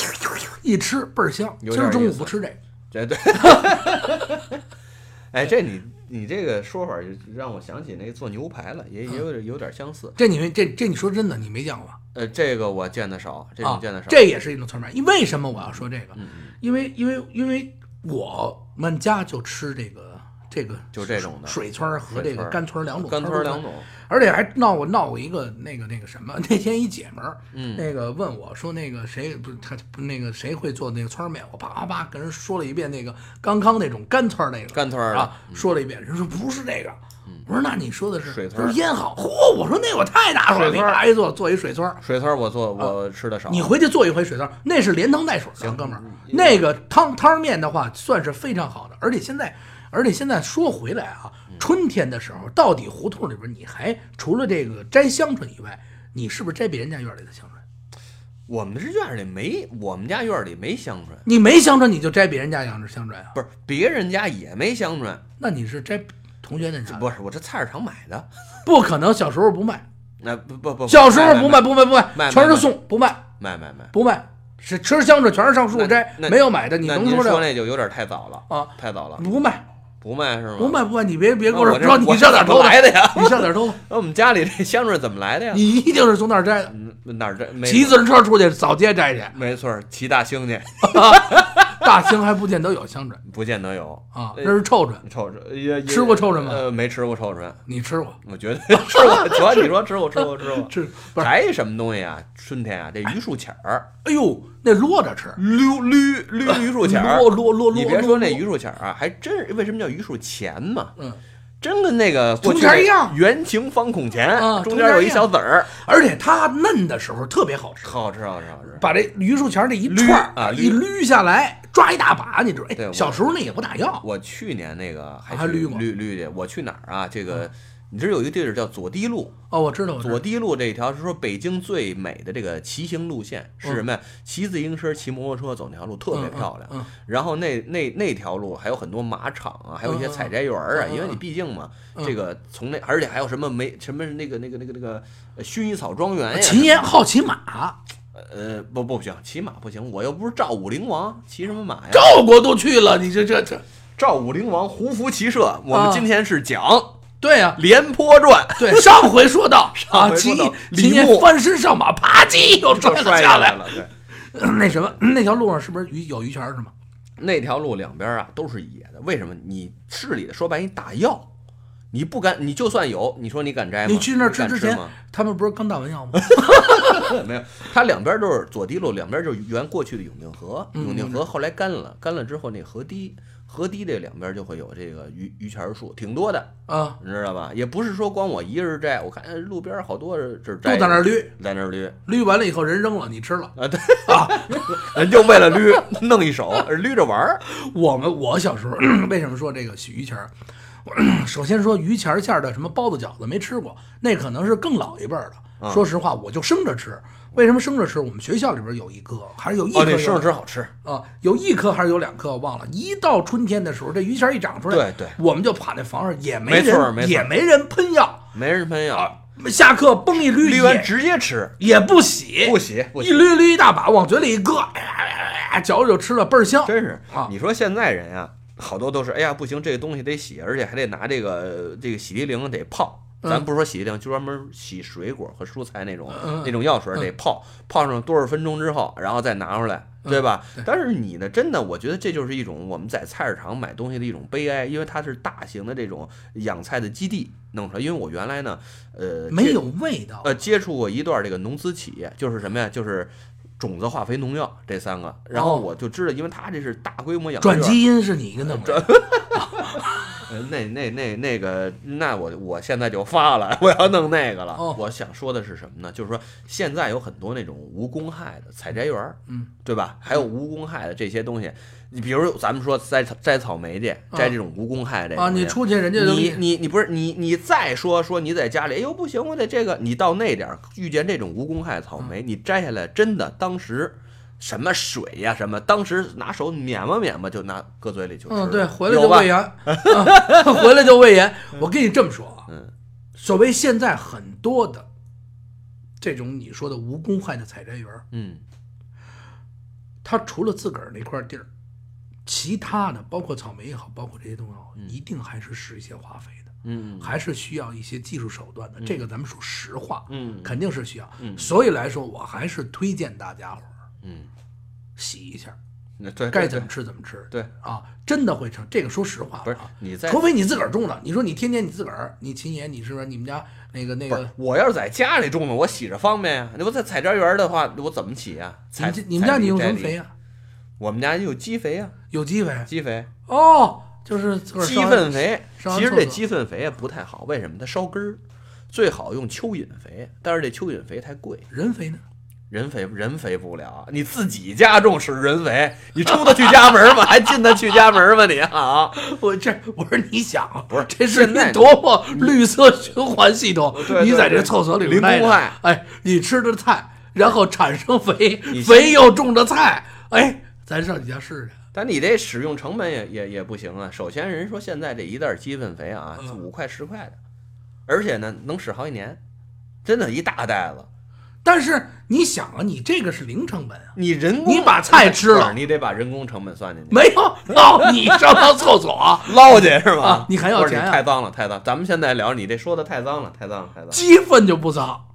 [SPEAKER 1] 一吃倍儿香。
[SPEAKER 2] 有
[SPEAKER 1] 今
[SPEAKER 2] 点
[SPEAKER 1] 儿中
[SPEAKER 2] 意
[SPEAKER 1] 午
[SPEAKER 2] 思
[SPEAKER 1] 不吃这个，*laughs*
[SPEAKER 2] 这对，哎，这你你这个说法儿就让我想起那做牛排了，
[SPEAKER 1] 嗯
[SPEAKER 2] 也也有点有点相似。
[SPEAKER 1] 这你们这这你说真的，你没见过吧？
[SPEAKER 2] 呃，这个我见的少，这
[SPEAKER 1] 啊
[SPEAKER 2] 种见的，少。嗯
[SPEAKER 1] 这也是一种村儿面。因为什么我要说这个？因为因为因为我们家就吃这个这个
[SPEAKER 2] 就这种的
[SPEAKER 1] 水村儿和这个
[SPEAKER 2] 水村儿
[SPEAKER 1] 干村儿两种
[SPEAKER 2] 干
[SPEAKER 1] 村
[SPEAKER 2] 村
[SPEAKER 1] 儿都
[SPEAKER 2] 儿两
[SPEAKER 1] 吃，
[SPEAKER 2] 种，
[SPEAKER 1] 而且还闹过闹过一个那个那个什么。 *laughs* 那天一姐们儿，
[SPEAKER 2] 嗯
[SPEAKER 1] 那个问我说那个谁不是他不是那个谁会做那个村儿面？我啪啪啪跟人说了一遍那个刚刚那种干村儿那个
[SPEAKER 2] 干村儿的嗯
[SPEAKER 1] 啊，说了一遍，人说不是这个。我说那你说的是
[SPEAKER 2] 水
[SPEAKER 1] 他
[SPEAKER 2] 村儿
[SPEAKER 1] 说腌好，嚯！我说那我太拿手了，
[SPEAKER 2] 水
[SPEAKER 1] 你
[SPEAKER 2] 村儿
[SPEAKER 1] 拿一做做一水村儿，
[SPEAKER 2] 水村儿我做我吃的少。
[SPEAKER 1] 啊你回去做一回水汤，那是连汤带水的，哥们儿。
[SPEAKER 2] 嗯
[SPEAKER 1] 那个汤汤面的话，算是非常好的。而且现在，而且现在说回来啊，
[SPEAKER 2] 嗯
[SPEAKER 1] 春天的时候，到底胡同里边你还除了这个摘香椿以外，你是不是摘别人家院里的香椿？
[SPEAKER 2] 我们这院儿里没，我们家院儿里没香椿，
[SPEAKER 1] 你没香椿你就摘别人家养着香椿啊？
[SPEAKER 2] 不是别人家也没香椿，
[SPEAKER 1] 那你是摘同学那家的？
[SPEAKER 2] 不是我这菜市场买的，
[SPEAKER 1] 不可能，小时候不卖，
[SPEAKER 2] 那不不不，
[SPEAKER 1] 小时候不卖，
[SPEAKER 2] 卖
[SPEAKER 1] 不卖，不卖，
[SPEAKER 2] 卖
[SPEAKER 1] 全是
[SPEAKER 2] 卖
[SPEAKER 1] 送，不卖，
[SPEAKER 2] 卖卖卖，
[SPEAKER 1] 不卖，是吃香椿全是上树摘，
[SPEAKER 2] 那
[SPEAKER 1] 没有买的，你
[SPEAKER 2] 那
[SPEAKER 1] 能
[SPEAKER 2] 您
[SPEAKER 1] 说
[SPEAKER 2] 说
[SPEAKER 1] 这
[SPEAKER 2] 那就有点太早了，
[SPEAKER 1] 啊？
[SPEAKER 2] 太早了，
[SPEAKER 1] 不卖，
[SPEAKER 2] 不卖是吗？
[SPEAKER 1] 不卖，不卖，你别别
[SPEAKER 2] 那
[SPEAKER 1] 跟我
[SPEAKER 2] 啊我这
[SPEAKER 1] 说，你
[SPEAKER 2] 我
[SPEAKER 1] 上哪儿
[SPEAKER 2] 怎
[SPEAKER 1] 偷
[SPEAKER 2] 么
[SPEAKER 1] 的？
[SPEAKER 2] 来的
[SPEAKER 1] *laughs*
[SPEAKER 2] 呀？
[SPEAKER 1] 你上哪儿偷？
[SPEAKER 2] 那我们家里这香椿怎么来的呀？
[SPEAKER 1] 你一定是从那儿摘的，
[SPEAKER 2] 嗯，哪儿这没
[SPEAKER 1] 骑自行车出去扫街摘去。
[SPEAKER 2] 没错儿，骑大兴去，
[SPEAKER 1] 大兴还不见得有香椿
[SPEAKER 2] *laughs* 不见得有
[SPEAKER 1] 啊，
[SPEAKER 2] 哎
[SPEAKER 1] 那是臭椿。
[SPEAKER 2] 臭椿，也也
[SPEAKER 1] 吃过臭椿吗
[SPEAKER 2] 呃，没吃过臭椿，
[SPEAKER 1] 你吃过？*laughs*
[SPEAKER 2] 我觉得吃过。主要你说吃过，吃过，吃过。
[SPEAKER 1] 吃不 *laughs* 是？
[SPEAKER 2] 还有什么东西啊？春天啊，这榆树钱儿，
[SPEAKER 1] 哎呦，那摞着吃，
[SPEAKER 2] 绿绿 *laughs* 绿榆树钱儿。
[SPEAKER 1] 摞摞摞摞。
[SPEAKER 2] 你别说那
[SPEAKER 1] 摞
[SPEAKER 2] 榆树钱儿啊，还真为什么叫榆树钱嘛？
[SPEAKER 1] 嗯，
[SPEAKER 2] 真跟那个过去
[SPEAKER 1] 铜钱儿
[SPEAKER 2] 的
[SPEAKER 1] 一样
[SPEAKER 2] 圆形方孔钱
[SPEAKER 1] 啊，
[SPEAKER 2] 中
[SPEAKER 1] 铜钱
[SPEAKER 2] 间
[SPEAKER 1] 儿
[SPEAKER 2] 有
[SPEAKER 1] 一
[SPEAKER 2] 一
[SPEAKER 1] 样
[SPEAKER 2] 小籽儿，
[SPEAKER 1] 而且它嫩的时候特别好吃，
[SPEAKER 2] 好吃，好吃，好吃。
[SPEAKER 1] 把这榆树钱儿那一
[SPEAKER 2] 捋
[SPEAKER 1] 串儿
[SPEAKER 2] 啊捋
[SPEAKER 1] 一捋下来，抓一大把，你知道？
[SPEAKER 2] 对
[SPEAKER 1] 哎，
[SPEAKER 2] 我
[SPEAKER 1] 小时候那也不打药，
[SPEAKER 2] 我去年那个还
[SPEAKER 1] 还
[SPEAKER 2] 去
[SPEAKER 1] 绿吗嗯
[SPEAKER 2] 绿绿去，我去哪儿啊？这个你知道有一个地儿叫左堤路，
[SPEAKER 1] 哦，我知道，我知道
[SPEAKER 2] 左堤路这一条是说北京最美的这个骑行路线是什么呀？骑自行车、骑摩托车走那条路特别漂亮。
[SPEAKER 1] 嗯嗯嗯嗯
[SPEAKER 2] 然后那那那条路还有很多马场啊，还有一些采摘园儿啊，
[SPEAKER 1] 嗯嗯嗯
[SPEAKER 2] 因为你毕竟嘛，
[SPEAKER 1] 嗯
[SPEAKER 2] 这个从那
[SPEAKER 1] 啊
[SPEAKER 2] 而且还有什么没什么那个那个那个那个呃薰衣草庄园呀、
[SPEAKER 1] 秦爷好骑马，
[SPEAKER 2] 呃，不不行，骑马不行，我又不是赵武灵王，骑什么马呀？
[SPEAKER 1] 赵国都去了，你这这这，
[SPEAKER 2] 赵武灵王胡服骑射，我们
[SPEAKER 1] 啊
[SPEAKER 2] 今天是讲《
[SPEAKER 1] 对啊呀、
[SPEAKER 2] 廉
[SPEAKER 1] *laughs*
[SPEAKER 2] 颇传》。 *laughs*
[SPEAKER 1] 对，上回说到
[SPEAKER 2] 回
[SPEAKER 1] 啊，
[SPEAKER 2] 说
[SPEAKER 1] 秦
[SPEAKER 2] 到
[SPEAKER 1] 秦
[SPEAKER 2] 李牧
[SPEAKER 1] 年翻身
[SPEAKER 2] *laughs*
[SPEAKER 1] 上马，啪叽又摔
[SPEAKER 2] 就
[SPEAKER 1] 了
[SPEAKER 2] 摔
[SPEAKER 1] 下
[SPEAKER 2] 来
[SPEAKER 1] 来。嗯
[SPEAKER 2] 了。对，
[SPEAKER 1] 那什么，那条路上是不是鱼有鱼泉是吗？
[SPEAKER 2] 那条路两边啊都是野的，为什么？你市里的说白，你打药，你不敢，你就算有，你说哎你敢摘吗？
[SPEAKER 1] 你去那儿
[SPEAKER 2] 吃
[SPEAKER 1] 之前
[SPEAKER 2] 吗？，
[SPEAKER 1] 他们不是刚打完药
[SPEAKER 2] *laughs*
[SPEAKER 1] 吗？ *laughs*
[SPEAKER 2] 没有，它两边都是左堤路，两边就是原过去的永定河，
[SPEAKER 1] 嗯
[SPEAKER 2] 永定河后来干了，干了之后那河堤，河堤这两边就会有这个榆榆钱树，挺多的，
[SPEAKER 1] 啊，
[SPEAKER 2] 你知道吧？也不是说光我一个人摘，我看哎路边好多人这
[SPEAKER 1] 都
[SPEAKER 2] 摘，
[SPEAKER 1] 在那儿捋，
[SPEAKER 2] 在那儿捋，
[SPEAKER 1] 捋完了以后人扔了，你吃了。
[SPEAKER 2] 啊对啊，就为了捋弄一手， *laughs* 捋着玩儿，
[SPEAKER 1] 我们我小
[SPEAKER 2] *laughs*
[SPEAKER 1] 时候为什么说这个鱼钱儿？ *coughs* 首先说榆钱儿馅儿的什么包子饺子没吃过，那可能是更老一辈儿
[SPEAKER 2] 嗯
[SPEAKER 1] 的。说实话，我就生着吃。为什么生着吃？我们学校里边有一棵，还是有一棵
[SPEAKER 2] 哦，那
[SPEAKER 1] 有
[SPEAKER 2] 生着吃好吃，
[SPEAKER 1] 啊，有一棵还是有两棵，我忘了。一到春天的时候，这榆钱儿一长出来，
[SPEAKER 2] 对对
[SPEAKER 1] 我们就趴那房上，也
[SPEAKER 2] 没错
[SPEAKER 1] 人
[SPEAKER 2] 没错
[SPEAKER 1] 也没人喷药
[SPEAKER 2] 没人喷药，
[SPEAKER 1] 啊。下课崩一捋，
[SPEAKER 2] 捋完
[SPEAKER 1] 也
[SPEAKER 2] 直接吃，
[SPEAKER 1] 也不洗，
[SPEAKER 2] 不洗不洗
[SPEAKER 1] 哎一捋捋一大把，往嘴里一搁，哎呀哎呀哎呀嚼着就吃了，倍儿香。
[SPEAKER 2] 真是
[SPEAKER 1] 啊
[SPEAKER 2] 你说现在人啊，好多都是，哎呀，不行，这个东西得洗，而且还得拿这个这个洗涤灵得泡。
[SPEAKER 1] 嗯
[SPEAKER 2] 咱不是说洗涤灵，就专门洗水果和蔬菜那种
[SPEAKER 1] 嗯嗯
[SPEAKER 2] 那种药水得泡，泡上多少分钟之后，然后再拿出来，
[SPEAKER 1] 嗯
[SPEAKER 2] 对吧
[SPEAKER 1] 对？
[SPEAKER 2] 但是你呢，真的，我觉得这就是一种我们在菜市场买东西的一种悲哀，因为它是大型的这种养菜的基地弄出来。因为我原来呢，呃，
[SPEAKER 1] 没
[SPEAKER 2] 接
[SPEAKER 1] 有味道。
[SPEAKER 2] 呃，接触过一段这个农资企业，就是什么呀？就是种子、化肥、农药这三个。然后
[SPEAKER 1] 哦
[SPEAKER 2] 我就知道，因为它这是大规模养
[SPEAKER 1] 转
[SPEAKER 2] 殖
[SPEAKER 1] 基因是你跟他们
[SPEAKER 2] 转呃那那那那个，那我我现在就发了，我要弄那个了。
[SPEAKER 1] 哦
[SPEAKER 2] 我想说的是什么呢？就是说现在有很多那种无公害的采摘园儿，
[SPEAKER 1] 嗯，
[SPEAKER 2] 对吧？还有无公害的这些东西，你比如咱们说摘草摘草莓去，摘这种无公害的
[SPEAKER 1] 嗯
[SPEAKER 2] 这
[SPEAKER 1] 啊，
[SPEAKER 2] 种东
[SPEAKER 1] 你
[SPEAKER 2] 西
[SPEAKER 1] 出去人家就
[SPEAKER 2] 你你你不是你你再说说你在家里，哎呦不行，我得这个，你到那点儿遇见这种无公害草
[SPEAKER 1] 嗯
[SPEAKER 2] 莓，你摘下来真的当时。什么水呀、什么？当时拿手捻吧捻吧，就拿搁嘴里就吃了。
[SPEAKER 1] 嗯，对，回来就
[SPEAKER 2] 有吧
[SPEAKER 1] 胃炎，啊回来就胃炎。 *laughs* 我跟你这么说啊，
[SPEAKER 2] 嗯
[SPEAKER 1] 所谓现在很多的这种你说的无公害的采摘园儿，
[SPEAKER 2] 嗯，
[SPEAKER 1] 它除了自个儿那块地儿，其他的包括草莓也好，包括这些东西也好，一定还是施一些化肥的，
[SPEAKER 2] 嗯
[SPEAKER 1] 还是需要一些技术手段的。这个咱们说实话，
[SPEAKER 2] 嗯
[SPEAKER 1] 肯定是需要。所以来说，我还是推荐大家伙儿
[SPEAKER 2] 嗯，
[SPEAKER 1] 洗一下，
[SPEAKER 2] 那对
[SPEAKER 1] 该
[SPEAKER 2] 对
[SPEAKER 1] 怎么吃怎么吃。
[SPEAKER 2] 对，
[SPEAKER 1] 啊，真的会成。这个说实话，
[SPEAKER 2] 不是
[SPEAKER 1] 啊，
[SPEAKER 2] 你在
[SPEAKER 1] 除非你自个儿种的。你说你天天你自个儿，你秦爷，你是不是你们家那个那
[SPEAKER 2] 不是
[SPEAKER 1] 个？
[SPEAKER 2] 我要是在家里种的，我洗着方便呀、那我在采摘园的话，我怎么洗呀、
[SPEAKER 1] 你
[SPEAKER 2] 采
[SPEAKER 1] 们家你们家
[SPEAKER 2] 采
[SPEAKER 1] 你
[SPEAKER 2] 梨
[SPEAKER 1] 用
[SPEAKER 2] 摘
[SPEAKER 1] 什么
[SPEAKER 2] 梨
[SPEAKER 1] 肥呀？
[SPEAKER 2] 我们家有鸡肥呀、
[SPEAKER 1] 有机肥啊
[SPEAKER 2] 鸡肥、
[SPEAKER 1] 哦，就是自个儿
[SPEAKER 2] 鸡
[SPEAKER 1] 烧
[SPEAKER 2] 粪肥。
[SPEAKER 1] 上完
[SPEAKER 2] 其实
[SPEAKER 1] 厕
[SPEAKER 2] 这
[SPEAKER 1] 所
[SPEAKER 2] 鸡粪肥啊不太好，为什么？它烧根儿，最好用蚯蚓肥，但是这蚯蚓肥太贵，
[SPEAKER 1] 人肥
[SPEAKER 2] *laughs*
[SPEAKER 1] 呢？
[SPEAKER 2] 人肥人肥不了。啊你自己家种是人肥，你出得去家门吗？ *laughs* 还进得去家门吗？你啊，
[SPEAKER 1] *laughs* 我这我说你想啊，
[SPEAKER 2] 不是 *laughs*
[SPEAKER 1] 这是
[SPEAKER 2] 现在
[SPEAKER 1] 你多么绿色循环系统
[SPEAKER 2] 嗯对对，
[SPEAKER 1] 你在
[SPEAKER 2] 对
[SPEAKER 1] 这厕所里
[SPEAKER 2] 零
[SPEAKER 1] 边待
[SPEAKER 2] 公
[SPEAKER 1] 着
[SPEAKER 2] 害，
[SPEAKER 1] 哎，你吃的菜，然后产生肥
[SPEAKER 2] 你，
[SPEAKER 1] 肥又种的菜，哎，咱上你家试试。
[SPEAKER 2] 但你这使用成本也也也不行啊。首先，人说现在这一袋鸡粪肥啊，
[SPEAKER 1] 嗯
[SPEAKER 2] 五块十块的，而且呢能使好几年，真的，一大袋子。
[SPEAKER 1] 但是你想啊，你这个是零成本啊，
[SPEAKER 2] 你人工
[SPEAKER 1] 你把菜吃了
[SPEAKER 2] 不是你得把人工成本算进去，
[SPEAKER 1] 没有
[SPEAKER 2] *laughs*
[SPEAKER 1] 哦，你上趟厕所，
[SPEAKER 2] 捞去是吧？
[SPEAKER 1] 啊你还要
[SPEAKER 2] 不是
[SPEAKER 1] 钱啊
[SPEAKER 2] 太脏了，太脏。咱们现在聊你这说的太脏了，太脏了，太脏了。
[SPEAKER 1] 鸡粪就不脏，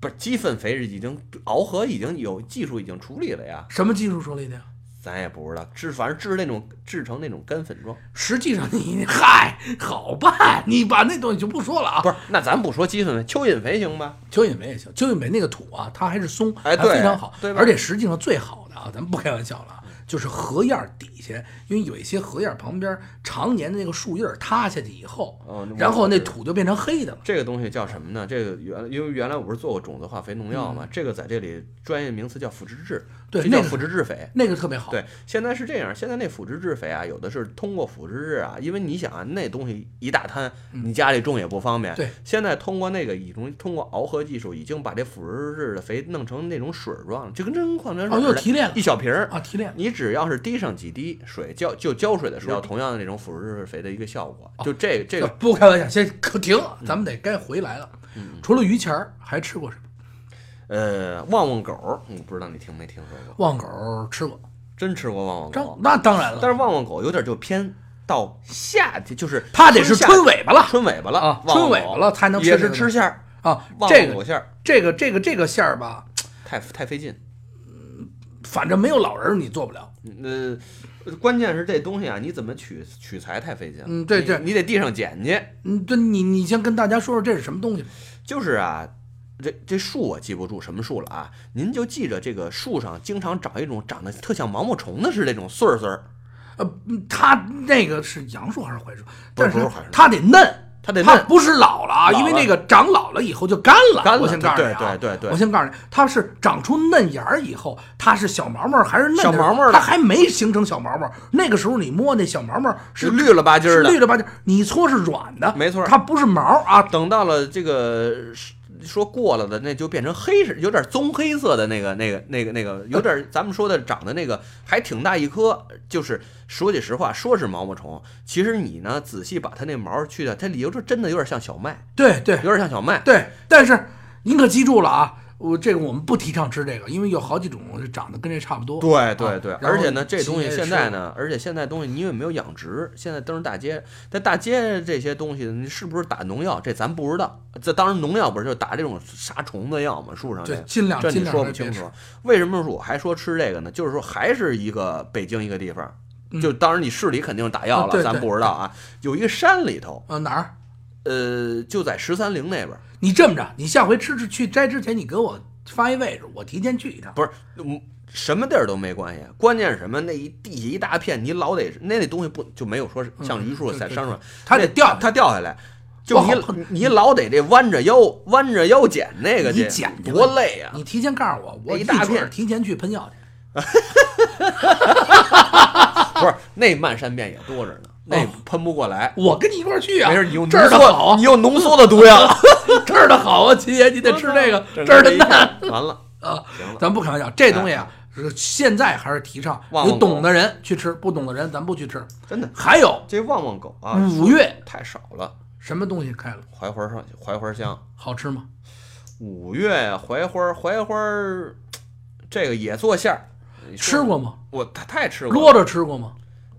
[SPEAKER 2] 不是鸡粪肥是已经螯合已经有技术已经处理了呀，
[SPEAKER 1] 什么技术处理的呀？
[SPEAKER 2] 咱也不知道制，反正制那种制成那种干粉状。
[SPEAKER 1] 实际上你嗨，好办，你把那东西就不说了啊。
[SPEAKER 2] 不是，那咱不说鸡粪肥，蚯蚓肥行吧？
[SPEAKER 1] 蚯蚓梅也行，蚯蚓梅那个土啊，它还是松，还
[SPEAKER 2] 哎对
[SPEAKER 1] 非常好，
[SPEAKER 2] 对吧
[SPEAKER 1] 而且实际上最好的啊，咱们不开玩笑了啊，就是荷叶底下，因为有一些荷叶旁边常年的那个树叶塌下去以后，
[SPEAKER 2] 哦那我
[SPEAKER 1] 然后那
[SPEAKER 2] 知道
[SPEAKER 1] 土就变成黑的了。
[SPEAKER 2] 这个东西叫什么呢？这个原因为原来我是做过种子化肥农药嘛，这个在这里专业名词叫腐殖质，
[SPEAKER 1] 嗯对
[SPEAKER 2] 这叫
[SPEAKER 1] 那个
[SPEAKER 2] 腐殖质肥。
[SPEAKER 1] 那个特别好，
[SPEAKER 2] 对，现在是这样，现在那腐殖质肥啊，有的是通过腐殖质啊，因为你想啊，那东西一大摊，你家里种也不方便。
[SPEAKER 1] 嗯对，
[SPEAKER 2] 现在通过那个已经通过螯合技术，已经把这腐殖质的肥弄成那种水儿状了，就跟真矿泉水
[SPEAKER 1] 哦，又
[SPEAKER 2] 似的，
[SPEAKER 1] 提炼了
[SPEAKER 2] 一小瓶儿。
[SPEAKER 1] 啊，提炼了。
[SPEAKER 2] 你只要是滴上几滴水，浇就浇水的时候，同样的那种腐殖质肥的一个效果。
[SPEAKER 1] 哦
[SPEAKER 2] 就这这个嗯
[SPEAKER 1] 不开玩笑，先可停，咱们得该回来了。除了榆钱儿，还吃过什么？
[SPEAKER 2] 呃，旺旺狗儿，我不知道你听没听说过，
[SPEAKER 1] 旺狗吃过，
[SPEAKER 2] 真吃过旺旺
[SPEAKER 1] 张
[SPEAKER 2] 狗，
[SPEAKER 1] 那当然了，
[SPEAKER 2] 哦但是旺旺狗有点就偏到夏天，就是
[SPEAKER 1] 它得是
[SPEAKER 2] 春夏
[SPEAKER 1] 春尾巴了
[SPEAKER 2] 春尾巴了
[SPEAKER 1] 啊
[SPEAKER 2] 旺旺狗
[SPEAKER 1] 春尾巴了才能吃
[SPEAKER 2] 也
[SPEAKER 1] 这
[SPEAKER 2] 是
[SPEAKER 1] 个
[SPEAKER 2] 吃馅儿，
[SPEAKER 1] 啊。
[SPEAKER 2] 旺
[SPEAKER 1] 这
[SPEAKER 2] 旺
[SPEAKER 1] 个
[SPEAKER 2] 狗馅儿
[SPEAKER 1] 这个这个这个馅儿吧，
[SPEAKER 2] 太太费劲。
[SPEAKER 1] 反正没有老人儿你做不了。
[SPEAKER 2] 呃，关键是这东西啊，你怎么取取材太费劲了。
[SPEAKER 1] 嗯对
[SPEAKER 2] 你
[SPEAKER 1] 对
[SPEAKER 2] 你得地上捡去。
[SPEAKER 1] 嗯，对你你先跟大家说说这是什么东西吧。
[SPEAKER 2] 就是啊，这这树我记不住什么树了啊，您就记着这个树上经常长一种长得特像毛毛虫的是那种穗儿穗儿，
[SPEAKER 1] 呃，嗯它那个是杨树还是槐树？但
[SPEAKER 2] 不
[SPEAKER 1] 它
[SPEAKER 2] 是槐树
[SPEAKER 1] 它得嫩，
[SPEAKER 2] 它得
[SPEAKER 1] 它
[SPEAKER 2] 嫩
[SPEAKER 1] 不是老了啊，
[SPEAKER 2] 老了
[SPEAKER 1] 因为那个长老了以后就干了。
[SPEAKER 2] 干了
[SPEAKER 1] 我先告诉你啊，
[SPEAKER 2] 对对对对
[SPEAKER 1] 我先告诉你，它是长出嫩芽儿以后，它是小毛毛儿还是嫩的
[SPEAKER 2] 小毛毛儿的
[SPEAKER 1] 它还没形成小毛毛儿。那个时候你摸那小毛毛儿
[SPEAKER 2] 是
[SPEAKER 1] 是
[SPEAKER 2] 绿了吧唧
[SPEAKER 1] 是
[SPEAKER 2] 儿
[SPEAKER 1] 绿
[SPEAKER 2] 的。
[SPEAKER 1] 的吧唧，你搓是软的，
[SPEAKER 2] 没错
[SPEAKER 1] 它不是毛儿啊。
[SPEAKER 2] 等到了这个是说过了的，那就变成黑色，有点棕黑色的那个、那个、那个、那个，有点咱们说的长得那个还挺大一颗。就是说句实话，说是毛毛虫，其实你呢仔细把它那毛去掉，它里头就真的有点像小麦，
[SPEAKER 1] 对对
[SPEAKER 2] 有点像小麦。
[SPEAKER 1] 对，但是您可记住了啊，我这个我们不提倡吃这个，因为有好几种长得跟这差不多。
[SPEAKER 2] 对对对，
[SPEAKER 1] 啊然后
[SPEAKER 2] 而且呢，这东西
[SPEAKER 1] 鸡也
[SPEAKER 2] 现在呢，而且现在东西你因为没有养殖，现在都是大街，在大街这些东西，你是不是打农药？这咱不知道。这当然农药不是就打这种杀虫子药嘛，树上这
[SPEAKER 1] 对
[SPEAKER 2] 个，
[SPEAKER 1] 尽量
[SPEAKER 2] 啊这
[SPEAKER 1] 尽
[SPEAKER 2] 你
[SPEAKER 1] 量
[SPEAKER 2] 说
[SPEAKER 1] 还
[SPEAKER 2] 不
[SPEAKER 1] 是别
[SPEAKER 2] 清
[SPEAKER 1] 吃
[SPEAKER 2] 楚。啊为什么我还说吃这个呢？就是说还是一个北京一个地方
[SPEAKER 1] 嗯，
[SPEAKER 2] 就当然你市里肯定是打药
[SPEAKER 1] 啊对
[SPEAKER 2] 了，
[SPEAKER 1] 对
[SPEAKER 2] 咱不知道啊。有一个山里头，
[SPEAKER 1] 呃，哪儿？
[SPEAKER 2] 呃，就在十三陵那边，
[SPEAKER 1] 你这么着，你下回吃吃去摘之前，你给我发一位置，我提前去一趟。
[SPEAKER 2] 不是，嗯，什么地儿都没关系，关键是什么？那一地下一大片，你老得那那东西不就没有说是像榆树
[SPEAKER 1] 嗯
[SPEAKER 2] 在
[SPEAKER 1] 对
[SPEAKER 2] 山上，
[SPEAKER 1] 它
[SPEAKER 2] 那
[SPEAKER 1] 得掉下来
[SPEAKER 2] 它掉下来。就
[SPEAKER 1] 不好
[SPEAKER 2] 你你老得这弯着腰弯着腰捡那个
[SPEAKER 1] 你
[SPEAKER 2] 去，
[SPEAKER 1] 捡去吧
[SPEAKER 2] 多累啊！
[SPEAKER 1] 你提前告诉我，我
[SPEAKER 2] 一大
[SPEAKER 1] 准
[SPEAKER 2] 片
[SPEAKER 1] 提前去喷药去。
[SPEAKER 2] 不是那漫山遍野多着呢，
[SPEAKER 1] 哦
[SPEAKER 2] 那喷不过来。
[SPEAKER 1] 我跟你一块儿去啊！
[SPEAKER 2] 没事，你用
[SPEAKER 1] 这
[SPEAKER 2] 浓
[SPEAKER 1] 儿的
[SPEAKER 2] 缩，
[SPEAKER 1] 好
[SPEAKER 2] 你，用浓缩的毒药，
[SPEAKER 1] 这儿的好啊，秦爷，你 *laughs* 得吃这个这儿的
[SPEAKER 2] 一
[SPEAKER 1] 嫩
[SPEAKER 2] 看完了，
[SPEAKER 1] *laughs* 啊！
[SPEAKER 2] 行了。哎
[SPEAKER 1] 咱不开玩笑，这东西啊，是现在还是提倡
[SPEAKER 2] 旺旺
[SPEAKER 1] 有懂的人去吃，不懂的人咱不去吃。
[SPEAKER 2] 真的，
[SPEAKER 1] 还有
[SPEAKER 2] 这旺旺狗啊，
[SPEAKER 1] 五月
[SPEAKER 2] *laughs* 太少了。
[SPEAKER 1] 什么东西开了？
[SPEAKER 2] 槐花上槐花香，
[SPEAKER 1] 好吃吗？
[SPEAKER 2] 五月呀，槐花，槐花儿，这个也做馅儿。你说
[SPEAKER 1] 吃过吗？
[SPEAKER 2] 我太太吃过
[SPEAKER 1] 骆
[SPEAKER 2] 了，
[SPEAKER 1] 驼吃过吗？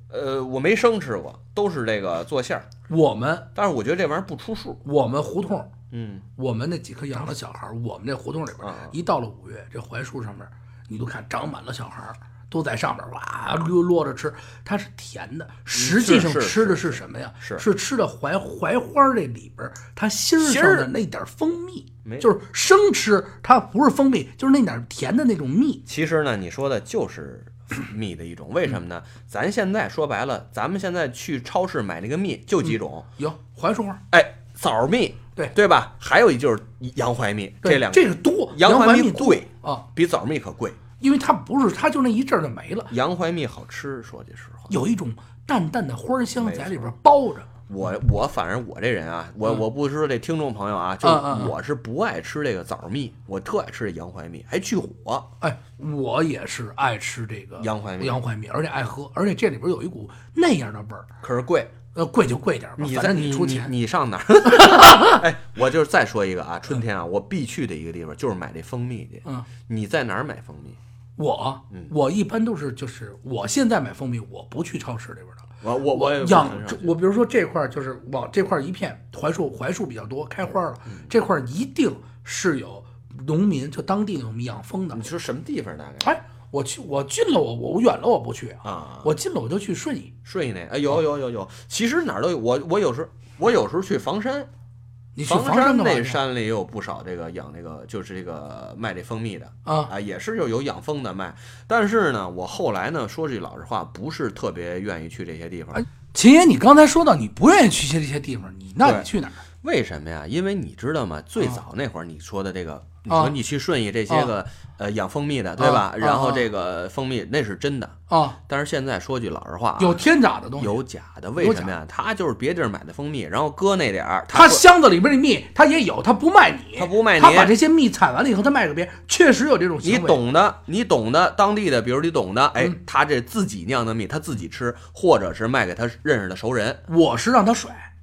[SPEAKER 2] 呃，我没生吃过，都是这个做馅儿。
[SPEAKER 1] 我们
[SPEAKER 2] 但是我觉得这玩意儿不出数。
[SPEAKER 1] 我们胡同
[SPEAKER 2] 嗯，
[SPEAKER 1] 我们那几棵养了小孩儿，我们这胡同里边儿
[SPEAKER 2] 啊啊，
[SPEAKER 1] 一到了五月，这槐树上面儿，你都看长满了小孩儿，都在上面儿哇溜落着吃，它是甜的。实际上
[SPEAKER 2] 嗯是是
[SPEAKER 1] 吃的是什么呀？
[SPEAKER 2] 是
[SPEAKER 1] 吃的槐槐花儿这里边儿它芯儿
[SPEAKER 2] 芯
[SPEAKER 1] 上
[SPEAKER 2] 儿
[SPEAKER 1] 的那点儿蜂蜜
[SPEAKER 2] 没，
[SPEAKER 1] 就是生吃，它不是蜂蜜，就是那点儿甜的那种蜜。
[SPEAKER 2] 其实呢，你说的就是 *coughs* 蜜的一种，为什么呢？咱现在说白了，咱们现在去超市买那个蜜
[SPEAKER 1] 嗯
[SPEAKER 2] 就几种，
[SPEAKER 1] 有槐树花儿，
[SPEAKER 2] 哎，枣蜜，
[SPEAKER 1] 对
[SPEAKER 2] 对吧？还有一就是洋槐蜜，
[SPEAKER 1] 对
[SPEAKER 2] 两个
[SPEAKER 1] 这个多
[SPEAKER 2] 洋
[SPEAKER 1] 槐
[SPEAKER 2] 蜜
[SPEAKER 1] 蜜多
[SPEAKER 2] 贵，
[SPEAKER 1] 啊，
[SPEAKER 2] 比枣蜜可贵。
[SPEAKER 1] 因为它不是，它就那一阵儿就没了，
[SPEAKER 2] 洋槐蜜好吃，说句实话。
[SPEAKER 1] 有一种淡淡的花香在里边儿包着。
[SPEAKER 2] 我我反正我这人啊，我、我不是说这听众朋友啊，就
[SPEAKER 1] 嗯嗯嗯
[SPEAKER 2] 我是不爱吃这个枣蜜，我特爱吃这洋槐蜜，还去火。
[SPEAKER 1] 哎，我也是爱吃这个
[SPEAKER 2] 洋槐蜜
[SPEAKER 1] 洋槐蜜，而且爱喝，而且这里边有一股那样的味儿。
[SPEAKER 2] 可是贵，
[SPEAKER 1] 呃，贵就贵点儿吧，
[SPEAKER 2] 你
[SPEAKER 1] 反
[SPEAKER 2] 在
[SPEAKER 1] 正
[SPEAKER 2] 你
[SPEAKER 1] 出
[SPEAKER 2] 你
[SPEAKER 1] 钱。
[SPEAKER 2] 你上哪儿？
[SPEAKER 1] *laughs*
[SPEAKER 2] *laughs* 哎，我就是再说一个啊，春天啊，我必去的一个地方就是买这蜂蜜去。
[SPEAKER 1] 嗯，
[SPEAKER 2] 你在哪儿买蜂蜜？
[SPEAKER 1] 我
[SPEAKER 2] 嗯
[SPEAKER 1] 我一般都是就是，我现在买蜂蜜，我不去超市里边的。
[SPEAKER 2] 我我我也
[SPEAKER 1] 养
[SPEAKER 2] 不很少
[SPEAKER 1] 这
[SPEAKER 2] 去
[SPEAKER 1] 我比如说这块儿就是往这块儿一片槐树，槐树比较多，开花了，
[SPEAKER 2] 嗯
[SPEAKER 1] 这块儿一定是有农民，就当地农民养蜂的
[SPEAKER 2] 你。说什么地方大概
[SPEAKER 1] 哎，我去，我近了我我我远了我不去啊，
[SPEAKER 2] 啊？
[SPEAKER 1] 我近了我就去顺义。
[SPEAKER 2] 顺义那哎
[SPEAKER 1] 哦
[SPEAKER 2] 有有有有，其实哪儿都有。我我有时候我有时候去房山，
[SPEAKER 1] 你去
[SPEAKER 2] 房
[SPEAKER 1] 房山干嘛
[SPEAKER 2] 那
[SPEAKER 1] 去啊
[SPEAKER 2] 山里也有不少这个养这个就是这个卖这蜂蜜的。
[SPEAKER 1] 啊，
[SPEAKER 2] 啊，也是就有养蜂的卖，但是呢，我后来呢，说句老实话，不是特别愿意去这些地方
[SPEAKER 1] 哎。秦爷，你刚才说到你不愿意去这些地方，你那你去哪儿？
[SPEAKER 2] 为什么呀？因为你知道吗？最
[SPEAKER 1] 啊
[SPEAKER 2] 早那会儿你说的这个，你说你去顺义这些个呃养蜂蜜的，对吧
[SPEAKER 1] 啊？
[SPEAKER 2] 然
[SPEAKER 1] 啊
[SPEAKER 2] 后这个蜂蜜那是真的，
[SPEAKER 1] 啊，
[SPEAKER 2] 但是现在说句老实话啊，
[SPEAKER 1] 有天假的东西，
[SPEAKER 2] 有假的，为什么呀？他就是别地儿买的蜂蜜，然后搁那点儿，
[SPEAKER 1] 他
[SPEAKER 2] 说
[SPEAKER 1] 箱子里边的蜜他也有，他不卖你，
[SPEAKER 2] 他不卖你
[SPEAKER 1] 他把这些蜜采完了以后，他卖给别人，确实有这种行
[SPEAKER 2] 你
[SPEAKER 1] 为。嗯
[SPEAKER 2] 懂的，你懂的，当地的，比如你懂的，哎，他这自己酿的蜜，他自己吃，或者是卖给他认识的熟人，
[SPEAKER 1] 我是让他甩，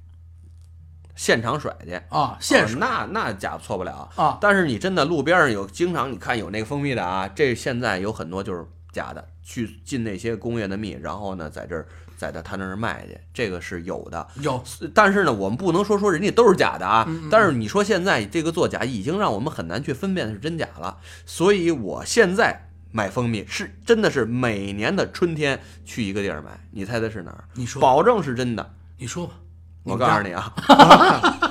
[SPEAKER 2] 现场甩去。
[SPEAKER 1] 啊，现
[SPEAKER 2] 哦
[SPEAKER 1] 水
[SPEAKER 2] 那那假错不了
[SPEAKER 1] 啊
[SPEAKER 2] 但是你真的路边上有，经常你看有那个封闭的啊，这现在有很多就是假的，去进那些工业的蜜，然后呢，在这儿在他他那儿卖去，这个是有的。
[SPEAKER 1] 有
[SPEAKER 2] 但是呢，我们不能说说人家都是假的
[SPEAKER 1] 嗯
[SPEAKER 2] 啊。但是你说现在这个作假已经让我们很难去分辨是真假了，所以我现在买蜂蜜是真的是每年的春天去一个地儿买，你猜猜是哪儿？
[SPEAKER 1] 你说
[SPEAKER 2] 保证是真的。
[SPEAKER 1] 你说吧，
[SPEAKER 2] 我
[SPEAKER 1] 们
[SPEAKER 2] 告诉
[SPEAKER 1] 家
[SPEAKER 2] 你啊，
[SPEAKER 1] *laughs*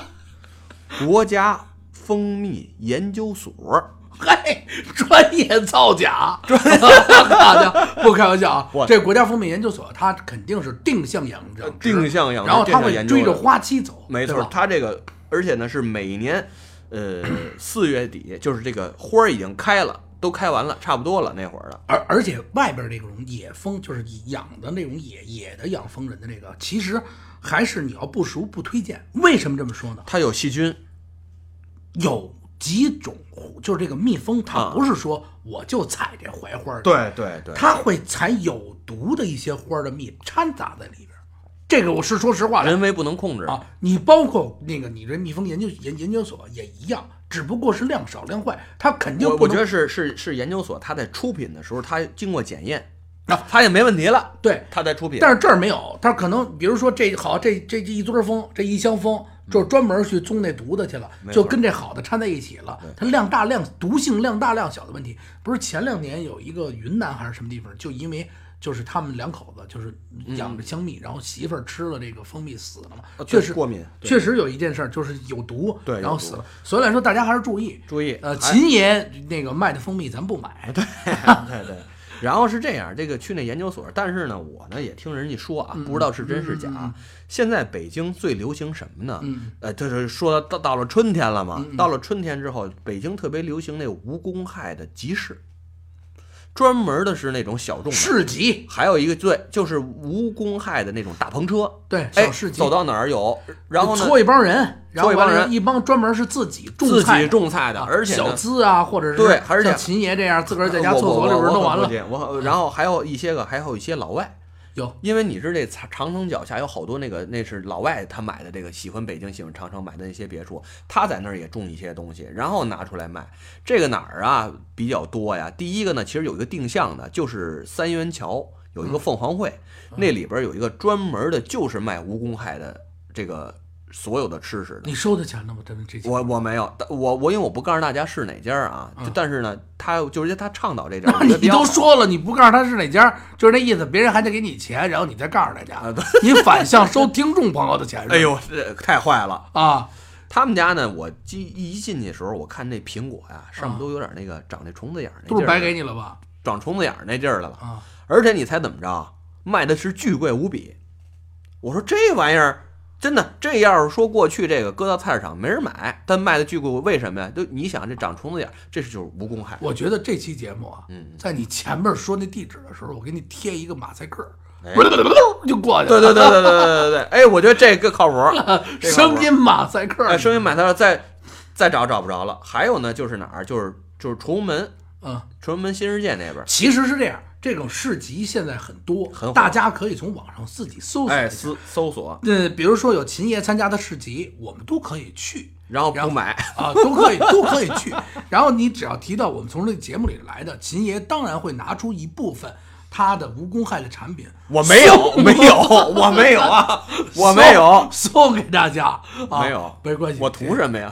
[SPEAKER 2] 国家蜂蜜研究所，
[SPEAKER 1] 嘿，专业造
[SPEAKER 2] *laughs*
[SPEAKER 1] 假，专业造假，不开玩笑啊
[SPEAKER 2] 我！呃
[SPEAKER 1] 这国家蜂蜜研究所，它肯定是定向养殖，
[SPEAKER 2] 定向养殖
[SPEAKER 1] 然后
[SPEAKER 2] 这
[SPEAKER 1] 它
[SPEAKER 2] 项
[SPEAKER 1] 会
[SPEAKER 2] 研究
[SPEAKER 1] 追着
[SPEAKER 2] 的
[SPEAKER 1] 花期走，
[SPEAKER 2] 没
[SPEAKER 1] 对
[SPEAKER 2] 错
[SPEAKER 1] 吧，
[SPEAKER 2] 它这个而且呢是每年，呃，四月底就是这个花儿已经开了，都开完了，差不多了那会儿了。
[SPEAKER 1] 而而且外边这种野蜂，就是养的那种野野的养蜂人的这个，其实还是你要不熟不推荐。为什么这么说呢？
[SPEAKER 2] 它有细菌，
[SPEAKER 1] 有几种，就是这个蜜蜂，它
[SPEAKER 2] 啊
[SPEAKER 1] 不是说我就采这槐花儿的，
[SPEAKER 2] 对对对
[SPEAKER 1] 它会采有毒的一些花儿的蜜掺杂在里边儿。这个我是说实话的
[SPEAKER 2] 人为不能控制。
[SPEAKER 1] 啊，你包括那个你这蜜蜂研究研研究所也一样，只不过是量少量坏，它肯定
[SPEAKER 2] 我
[SPEAKER 1] 不
[SPEAKER 2] 我觉
[SPEAKER 1] 能
[SPEAKER 2] 得是是是研究所，它在出品的时候，它经过检验，
[SPEAKER 1] 啊
[SPEAKER 2] 它也没问题了，
[SPEAKER 1] 对。
[SPEAKER 2] 它在出品。
[SPEAKER 1] 但是这儿没有，它可能比如说这好这这这一堆蜂，这一箱蜂就专门去种那毒的去了，
[SPEAKER 2] 嗯没错
[SPEAKER 1] 就跟这好的掺在一起了。它量大量毒性量大量小的问题，不是前两年有一个云南还是什么地方，就因为就是他们两口子就是养着香蜜，然后媳妇儿吃了这个蜂蜜死了嘛，
[SPEAKER 2] 嗯啊对
[SPEAKER 1] 确实
[SPEAKER 2] 过敏对
[SPEAKER 1] 确实有一件事儿就是有毒，
[SPEAKER 2] 对有
[SPEAKER 1] 然后
[SPEAKER 2] 毒
[SPEAKER 1] 死了。所以来说大家还是注意
[SPEAKER 2] 注意哎
[SPEAKER 1] 呃，
[SPEAKER 2] 还
[SPEAKER 1] 秦爷那个卖的蜂蜜咱不买，对，
[SPEAKER 2] 哎对对。然后是这样，这个去那研究所，但是呢，我呢也听人家说啊，不知道是真是假。现在北京最流行什么呢？
[SPEAKER 1] 嗯
[SPEAKER 2] 呃，就是说到到了春天了嘛，到了春天之后，北京特别流行那无公害的集市，专门的是那种小众的。
[SPEAKER 1] 市集
[SPEAKER 2] 还有一个对，就是无公害的那种大篷车，
[SPEAKER 1] 对
[SPEAKER 2] 哎
[SPEAKER 1] 小市，集
[SPEAKER 2] 走到哪儿有，然后呢，
[SPEAKER 1] 搓一帮人，然后
[SPEAKER 2] 搓一帮
[SPEAKER 1] 完了
[SPEAKER 2] 人
[SPEAKER 1] 一帮专门是自己种
[SPEAKER 2] 自
[SPEAKER 1] 菜
[SPEAKER 2] 己
[SPEAKER 1] 的
[SPEAKER 2] 种菜的，
[SPEAKER 1] 啊
[SPEAKER 2] 而且
[SPEAKER 1] 小
[SPEAKER 2] 呢，
[SPEAKER 1] 资啊，或者是
[SPEAKER 2] 对而且
[SPEAKER 1] 像秦爷这样自个儿在家
[SPEAKER 2] 我
[SPEAKER 1] 厕所里边儿弄完。
[SPEAKER 2] 我我很不
[SPEAKER 1] 了，
[SPEAKER 2] 解我然后还有一些个，还有一些老外，
[SPEAKER 1] 有
[SPEAKER 2] 因为你知道这长长城脚下有好多那个那是老外他买的这个喜欢北京喜欢长城买的那些别墅，他在那儿也种一些东西，然后拿出来卖。这个哪儿啊比较多呀？第一个呢，其实有一个定向的，就是三元桥有
[SPEAKER 1] 嗯
[SPEAKER 2] 一个凤凰会，那里边有一个专门的，就是卖无公害的这个所有的吃食的。
[SPEAKER 1] 你收的钱了吗？咱们这期
[SPEAKER 2] 我我没有，但我我因为我不告诉大家是哪家啊，就
[SPEAKER 1] 嗯
[SPEAKER 2] 但是呢，他就是他倡导这 *laughs* 点儿，
[SPEAKER 1] *laughs* 那
[SPEAKER 2] 我觉得比
[SPEAKER 1] 你都
[SPEAKER 2] 较好
[SPEAKER 1] 说了，你不告诉他是哪家，就是那意思，别人还得给你钱，然后你再告诉大家
[SPEAKER 2] 啊对，
[SPEAKER 1] 你反向收听众朋友的钱，是吧
[SPEAKER 2] 哎呦，这太坏了。
[SPEAKER 1] 啊，
[SPEAKER 2] 他们家呢，我一一进去的时候，我看那苹果呀、上面都有点那个长那虫子眼儿那劲
[SPEAKER 1] 都
[SPEAKER 2] 儿
[SPEAKER 1] 是
[SPEAKER 2] 了，
[SPEAKER 1] 白给你了吧？
[SPEAKER 2] 长虫子眼儿那劲儿来了。
[SPEAKER 1] 啊，
[SPEAKER 2] 而且你猜怎么着，啊卖的是巨贵无比。我说这玩意儿真的，这要是说过去这个搁到菜市场没人买，但卖的巨贵，为什么呀？就你想这长虫子眼儿，这是就是无公害。
[SPEAKER 1] 我觉得这期节目啊，
[SPEAKER 2] 嗯，
[SPEAKER 1] 在你前面说那地址的时候，我给你贴一个马赛克，
[SPEAKER 2] 哎
[SPEAKER 1] 就过去
[SPEAKER 2] 对
[SPEAKER 1] 了，
[SPEAKER 2] 对
[SPEAKER 1] *laughs*
[SPEAKER 2] 对对对对对对，哎，我觉得这个靠谱 *laughs* 儿，这靠谱儿
[SPEAKER 1] 声音马赛克，
[SPEAKER 2] 哎，声音买它了，再再找找不着了。还有呢，就是哪儿，就是就是崇文门，
[SPEAKER 1] 嗯。
[SPEAKER 2] 崇文门新世界那边儿。
[SPEAKER 1] 其实是这样，这种市集现在很多，
[SPEAKER 2] 很火
[SPEAKER 1] 大家可以从网上自己搜索
[SPEAKER 2] 哎，
[SPEAKER 1] 一下。
[SPEAKER 2] 搜搜索，
[SPEAKER 1] 呃，比如说有秦爷参加的市集，我们都可以去
[SPEAKER 2] 然后
[SPEAKER 1] 然
[SPEAKER 2] 不
[SPEAKER 1] 后
[SPEAKER 2] 买，
[SPEAKER 1] 啊，都可以都可以去。然后你只要提到我们从这节目里来的，秦爷当然会拿出一部分他的无公害的产品，
[SPEAKER 2] 我没有，
[SPEAKER 1] 送
[SPEAKER 2] 没 *laughs* 有，我没有啊，我没有，
[SPEAKER 1] 送送给大家，啊、
[SPEAKER 2] 没有
[SPEAKER 1] 没关系，啊
[SPEAKER 2] 我图什么呀？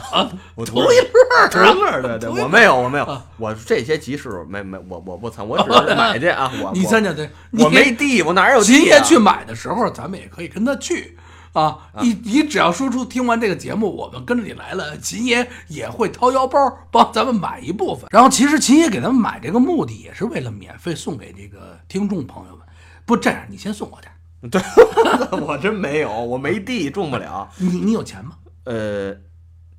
[SPEAKER 2] 我
[SPEAKER 1] 图一乐
[SPEAKER 2] 图
[SPEAKER 1] 儿
[SPEAKER 2] 一
[SPEAKER 1] 啊。
[SPEAKER 2] 乐儿，对对，我没有，我没有，我这些集市没没，我我不参，我只是买去啊，
[SPEAKER 1] *laughs*
[SPEAKER 2] 我
[SPEAKER 1] 你
[SPEAKER 2] 我
[SPEAKER 1] 参加的，你
[SPEAKER 2] 我没地，我哪有
[SPEAKER 1] 秦
[SPEAKER 2] 地
[SPEAKER 1] 爷
[SPEAKER 2] 啊？
[SPEAKER 1] 去买的时候，咱们也可以跟他去啊。你你只要说出听完这个节目，我们跟着你来了，秦爷也会掏腰包帮咱们买一部分。然后其实秦爷给咱们买这个目的也是为了免费送给这个听众朋友们。不，这样你先送我点儿，
[SPEAKER 2] 对， *laughs* 我真没有，我没地，种不了。
[SPEAKER 1] 你你有钱吗？
[SPEAKER 2] 呃，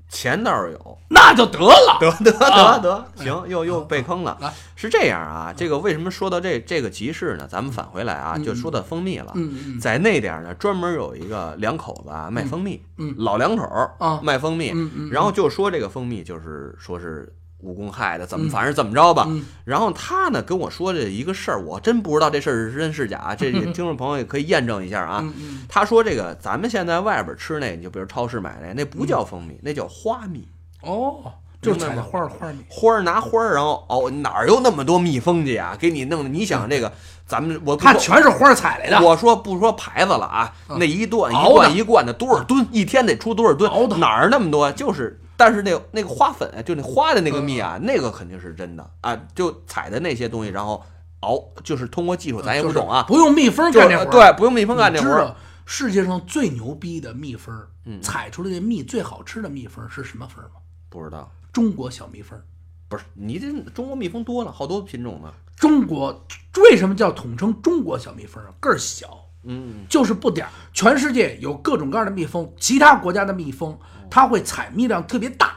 [SPEAKER 2] 钱倒是有，
[SPEAKER 1] 那就得了。
[SPEAKER 2] 得得得
[SPEAKER 1] 啊
[SPEAKER 2] 得，行，又又被坑了
[SPEAKER 1] 来。
[SPEAKER 2] 是这样啊，这个为什么说到这这个集市呢？咱们返回来啊，就说到蜂蜜了。
[SPEAKER 1] 嗯嗯
[SPEAKER 2] 在那点儿呢，专门有一个两口子啊卖蜂蜜，
[SPEAKER 1] 嗯
[SPEAKER 2] 老两口儿
[SPEAKER 1] 啊
[SPEAKER 2] 卖蜂蜜，
[SPEAKER 1] 嗯嗯
[SPEAKER 2] 然后就说这个蜂蜜就是说是蜈蚣害的，怎么反正怎么着吧。
[SPEAKER 1] 嗯
[SPEAKER 2] 然后他呢跟我说这一个事儿，我真不知道这事儿是真是假，
[SPEAKER 1] *laughs*
[SPEAKER 2] 这听众朋友也可以验证一下啊。
[SPEAKER 1] 嗯嗯，
[SPEAKER 2] 他说这个咱们现在外边吃那，你就比如超市买那，那
[SPEAKER 1] 嗯
[SPEAKER 2] 不叫蜂蜜，那叫花蜜。
[SPEAKER 1] 哦，就是
[SPEAKER 2] 明白
[SPEAKER 1] 采的
[SPEAKER 2] 吗
[SPEAKER 1] 花儿花儿米，
[SPEAKER 2] 花儿拿花儿，然后哦，哪儿有那么多蜜蜂去啊？给你弄的，你想这个，咱们我不
[SPEAKER 1] 它嗯全是花儿采来的。嗯
[SPEAKER 2] 我说不说牌子了啊，那一段
[SPEAKER 1] 熬的嗯
[SPEAKER 2] 一罐一罐的多少吨，一天得出多少吨
[SPEAKER 1] 熬的，
[SPEAKER 2] 哪儿那么多？就是，但是那那个花粉，就那花的那个蜜啊，
[SPEAKER 1] 嗯
[SPEAKER 2] 那个肯定是真的啊，就采的那些东西，然后熬，就是通过技术，咱也不懂啊，
[SPEAKER 1] 嗯就是不用蜜蜂
[SPEAKER 2] 就
[SPEAKER 1] 干这活儿，
[SPEAKER 2] 对，不用蜜蜂干这
[SPEAKER 1] 你
[SPEAKER 2] 活
[SPEAKER 1] 知
[SPEAKER 2] 儿，嗯
[SPEAKER 1] 道世界上最牛逼的蜜蜂儿，采出来的蜜最好吃的蜜蜂儿是什么蜂儿吗？
[SPEAKER 2] 不知道，
[SPEAKER 1] 中国小蜜蜂儿。
[SPEAKER 2] 不是你这中国蜜蜂多了，好多品种呢，
[SPEAKER 1] 中国为什么叫统称中国小蜜蜂啊？个儿小，
[SPEAKER 2] 嗯，
[SPEAKER 1] 就是不点儿。全世界有各种各样的蜜蜂，其他国家的蜜蜂它会采蜜量特别大，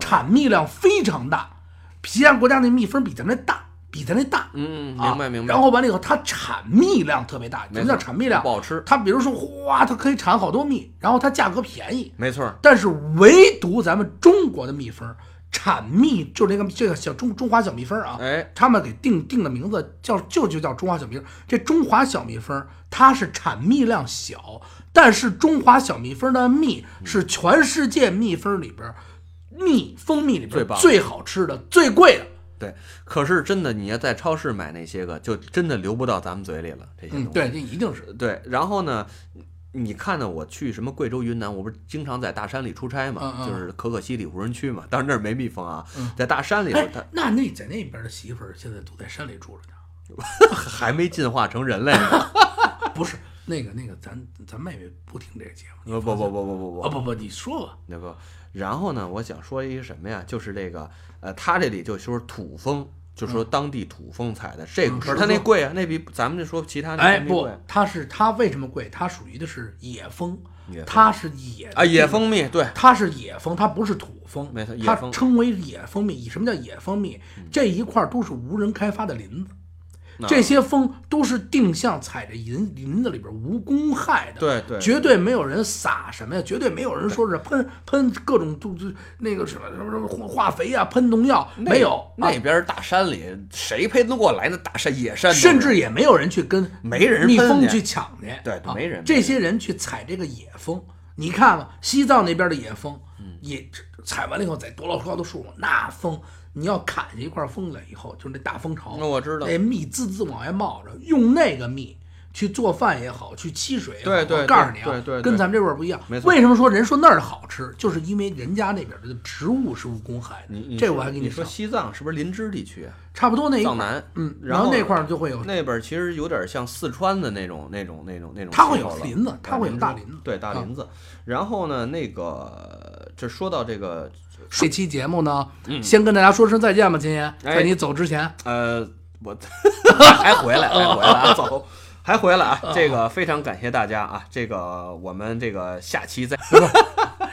[SPEAKER 1] 产蜜量非常大，其他国家那蜜蜂比咱这大，比咱这大。
[SPEAKER 2] 嗯，
[SPEAKER 1] 啊
[SPEAKER 2] 明白明白
[SPEAKER 1] 然，后完了以后，它产蜜量特别大。什
[SPEAKER 2] 没
[SPEAKER 1] 么
[SPEAKER 2] 错
[SPEAKER 1] 叫产蜜量？
[SPEAKER 2] 不好吃
[SPEAKER 1] 它比如说，哗，它可以产好多蜜，然后它价格便宜。
[SPEAKER 2] 没错儿，
[SPEAKER 1] 但是唯独咱们中国的蜜蜂产蜜，就那个这个小中中华小蜜蜂啊，
[SPEAKER 2] 哎，
[SPEAKER 1] 他们给定定的名字叫就就叫中华小蜜蜂。这中华小蜜蜂它是产蜜量小，但是中华小蜜蜂的蜜是全世界蜜蜂里边儿蜜蜂蜜里边
[SPEAKER 2] 最
[SPEAKER 1] 儿
[SPEAKER 2] 棒的
[SPEAKER 1] 最好吃的、最贵的。
[SPEAKER 2] 对，可是真的你要在超市买那些个，就真的流不到咱们嘴里了，这些东
[SPEAKER 1] 嗯
[SPEAKER 2] 西，。
[SPEAKER 1] 对，这一定是。
[SPEAKER 2] 对，然后呢，你看呢，我去什么贵州、云南，我不是经常在大山里出差嘛，
[SPEAKER 1] 嗯嗯
[SPEAKER 2] 就是可可西里无人区嘛，当然那儿没蜜蜂啊，
[SPEAKER 1] 嗯
[SPEAKER 2] 在大山里头
[SPEAKER 1] 哎 *laughs*
[SPEAKER 2] 它，
[SPEAKER 1] 那那在那边的媳妇儿现在都在山里住着呢，
[SPEAKER 2] 还没进化成人
[SPEAKER 1] *laughs*
[SPEAKER 2] 类呢。
[SPEAKER 1] 啊不是那个那个，咱咱妹妹不听这个节目。
[SPEAKER 2] 不不不不不不
[SPEAKER 1] 啊
[SPEAKER 2] 不，
[SPEAKER 1] 不不，你说吧。
[SPEAKER 2] 那个，然后呢，我想说一个什么呀？就是这个，呃，他这里就说土蜂。就说当地土蜂采的这个，
[SPEAKER 1] 嗯
[SPEAKER 2] 可是
[SPEAKER 1] 是
[SPEAKER 2] 它那
[SPEAKER 1] 说
[SPEAKER 2] 贵啊，那比咱们就说其他那
[SPEAKER 1] 哎，
[SPEAKER 2] 蜂蜜
[SPEAKER 1] 不
[SPEAKER 2] 贵，啊
[SPEAKER 1] 它是它为什么贵？它属于的是野蜂
[SPEAKER 2] 野，蜂
[SPEAKER 1] 它是野
[SPEAKER 2] 啊，野，蜂蜜对，
[SPEAKER 1] 它是野蜂，它不是土蜂，
[SPEAKER 2] 没错野
[SPEAKER 1] 它
[SPEAKER 2] 蜂嗯
[SPEAKER 1] 称为野蜂蜜。什么叫野蜂蜜？这一块儿都是无人开发的林子，
[SPEAKER 2] 那
[SPEAKER 1] 这些蜂都是定向采着林林子里边无公害的，
[SPEAKER 2] 对对
[SPEAKER 1] 绝对没有人撒什么呀，绝对没有人说是喷喷各种都都那个什么什么什么化肥啊，喷农药，没有，啊
[SPEAKER 2] 那边大山里谁配得过来那大山野山都是？
[SPEAKER 1] 甚至也没有人去跟
[SPEAKER 2] 没人
[SPEAKER 1] 蜜
[SPEAKER 2] 喷
[SPEAKER 1] 蜂
[SPEAKER 2] 去
[SPEAKER 1] 去抢去，
[SPEAKER 2] 对
[SPEAKER 1] 啊
[SPEAKER 2] 没人
[SPEAKER 1] 这些人去采这个野蜂，你看吧，西藏那边的野蜂，
[SPEAKER 2] 嗯
[SPEAKER 1] 也采完了以后，在多老高的树上，那蜂你要砍下一块蜂来以后，就是那大蜂巢，
[SPEAKER 2] 那我知道
[SPEAKER 1] 那蜜滋滋往外冒着，用那个蜜。去做饭也好，去沏水也好，
[SPEAKER 2] 对对
[SPEAKER 1] 我告诉你啊，
[SPEAKER 2] 对对对
[SPEAKER 1] 跟咱们这边不一样
[SPEAKER 2] 没。错
[SPEAKER 1] 为什么说人说那儿的好吃，就是因为人家那边的植物是无公害
[SPEAKER 2] 你
[SPEAKER 1] 的。
[SPEAKER 2] 嗯你
[SPEAKER 1] 这
[SPEAKER 2] 说
[SPEAKER 1] 我还跟
[SPEAKER 2] 你
[SPEAKER 1] 说
[SPEAKER 2] 说，，西藏是不是林芝地区啊？
[SPEAKER 1] 差不多那一
[SPEAKER 2] 藏
[SPEAKER 1] 块儿
[SPEAKER 2] 南
[SPEAKER 1] 嗯，
[SPEAKER 2] 然
[SPEAKER 1] 然后
[SPEAKER 2] 后
[SPEAKER 1] 那块儿就会有
[SPEAKER 2] 那边儿其实有点像四川的那种、那种、那种、那种气
[SPEAKER 1] 它
[SPEAKER 2] 候
[SPEAKER 1] 会
[SPEAKER 2] 了。嗯
[SPEAKER 1] 有林子它会有大林子
[SPEAKER 2] 对大
[SPEAKER 1] 啊
[SPEAKER 2] 林子。然后呢，那个这说到这个，
[SPEAKER 1] 这期节目呢，先跟大家说声再见吧，金爷，
[SPEAKER 2] 哎
[SPEAKER 1] 在你走之前，
[SPEAKER 2] 呃，我 *laughs* 还回
[SPEAKER 1] *laughs*
[SPEAKER 2] 来，还回来啊，走，还回来啊！这个非常感谢大家啊！这个我们这个下期
[SPEAKER 1] 哎
[SPEAKER 2] 再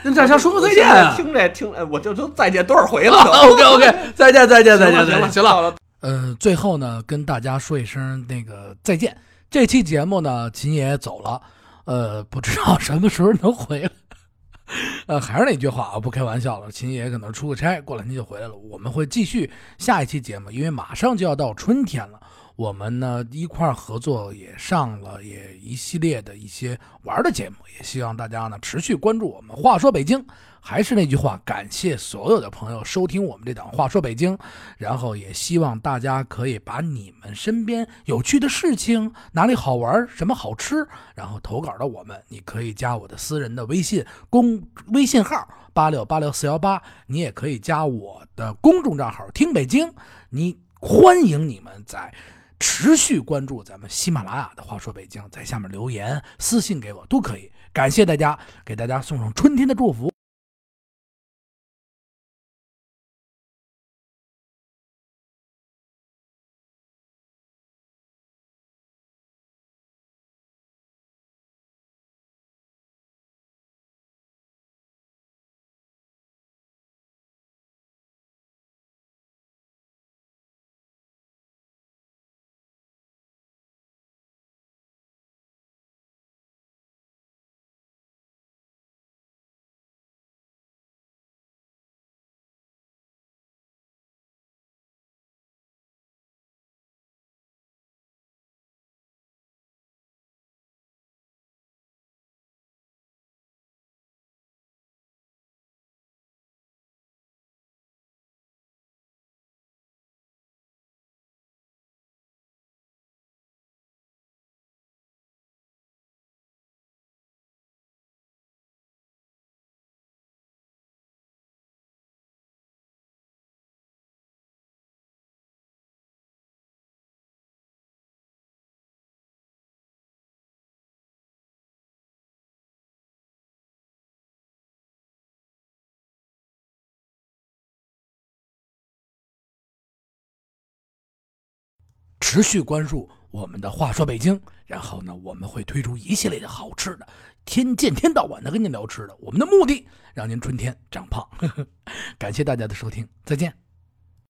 [SPEAKER 1] 跟大家说个再见
[SPEAKER 2] 我
[SPEAKER 1] 啊
[SPEAKER 2] *laughs* 现在听着听呃着，我就都再见多少回了
[SPEAKER 1] *laughs*
[SPEAKER 2] 都。
[SPEAKER 1] ！OK OK，再见再见再见
[SPEAKER 2] 行
[SPEAKER 1] 再
[SPEAKER 2] 了
[SPEAKER 1] 见，
[SPEAKER 2] 行了，到了
[SPEAKER 1] 呃，最后呢，跟大家说一声那个再见。这期节目呢，秦爷走了，呃，不知道什么时候能回来。 *laughs* 呃，还是那句话啊，不开玩笑了，秦爷可能出个差，过两天就回来了。我们会继续下一期节目，因为马上就要到春天了。我们呢一块儿合作也上了也一系列的一些玩儿的节目，也希望大家呢持续关注我们。话说北京，还是那句话，感谢所有的朋友收听我们这档《话说北京》，然后也希望大家可以把你们身边有趣的事情、哪里好玩儿、什么好吃，然后投稿到我们。你可以加我的私人的微信公微信号八六八六四幺八，你也可以加我的公众账号“听北京”。你欢迎你们在持续关注咱们喜马拉雅的《话说北京》，在下面留言、私信给我都可以。感谢大家，给大家送上春天的祝福。持续关注我们的《话说北京》，然后呢，我们会推出一系列的好吃的，天见天到晚的 *laughs* 跟您聊吃的。我们的目的，让您春天长胖。感谢大家的收听，再见。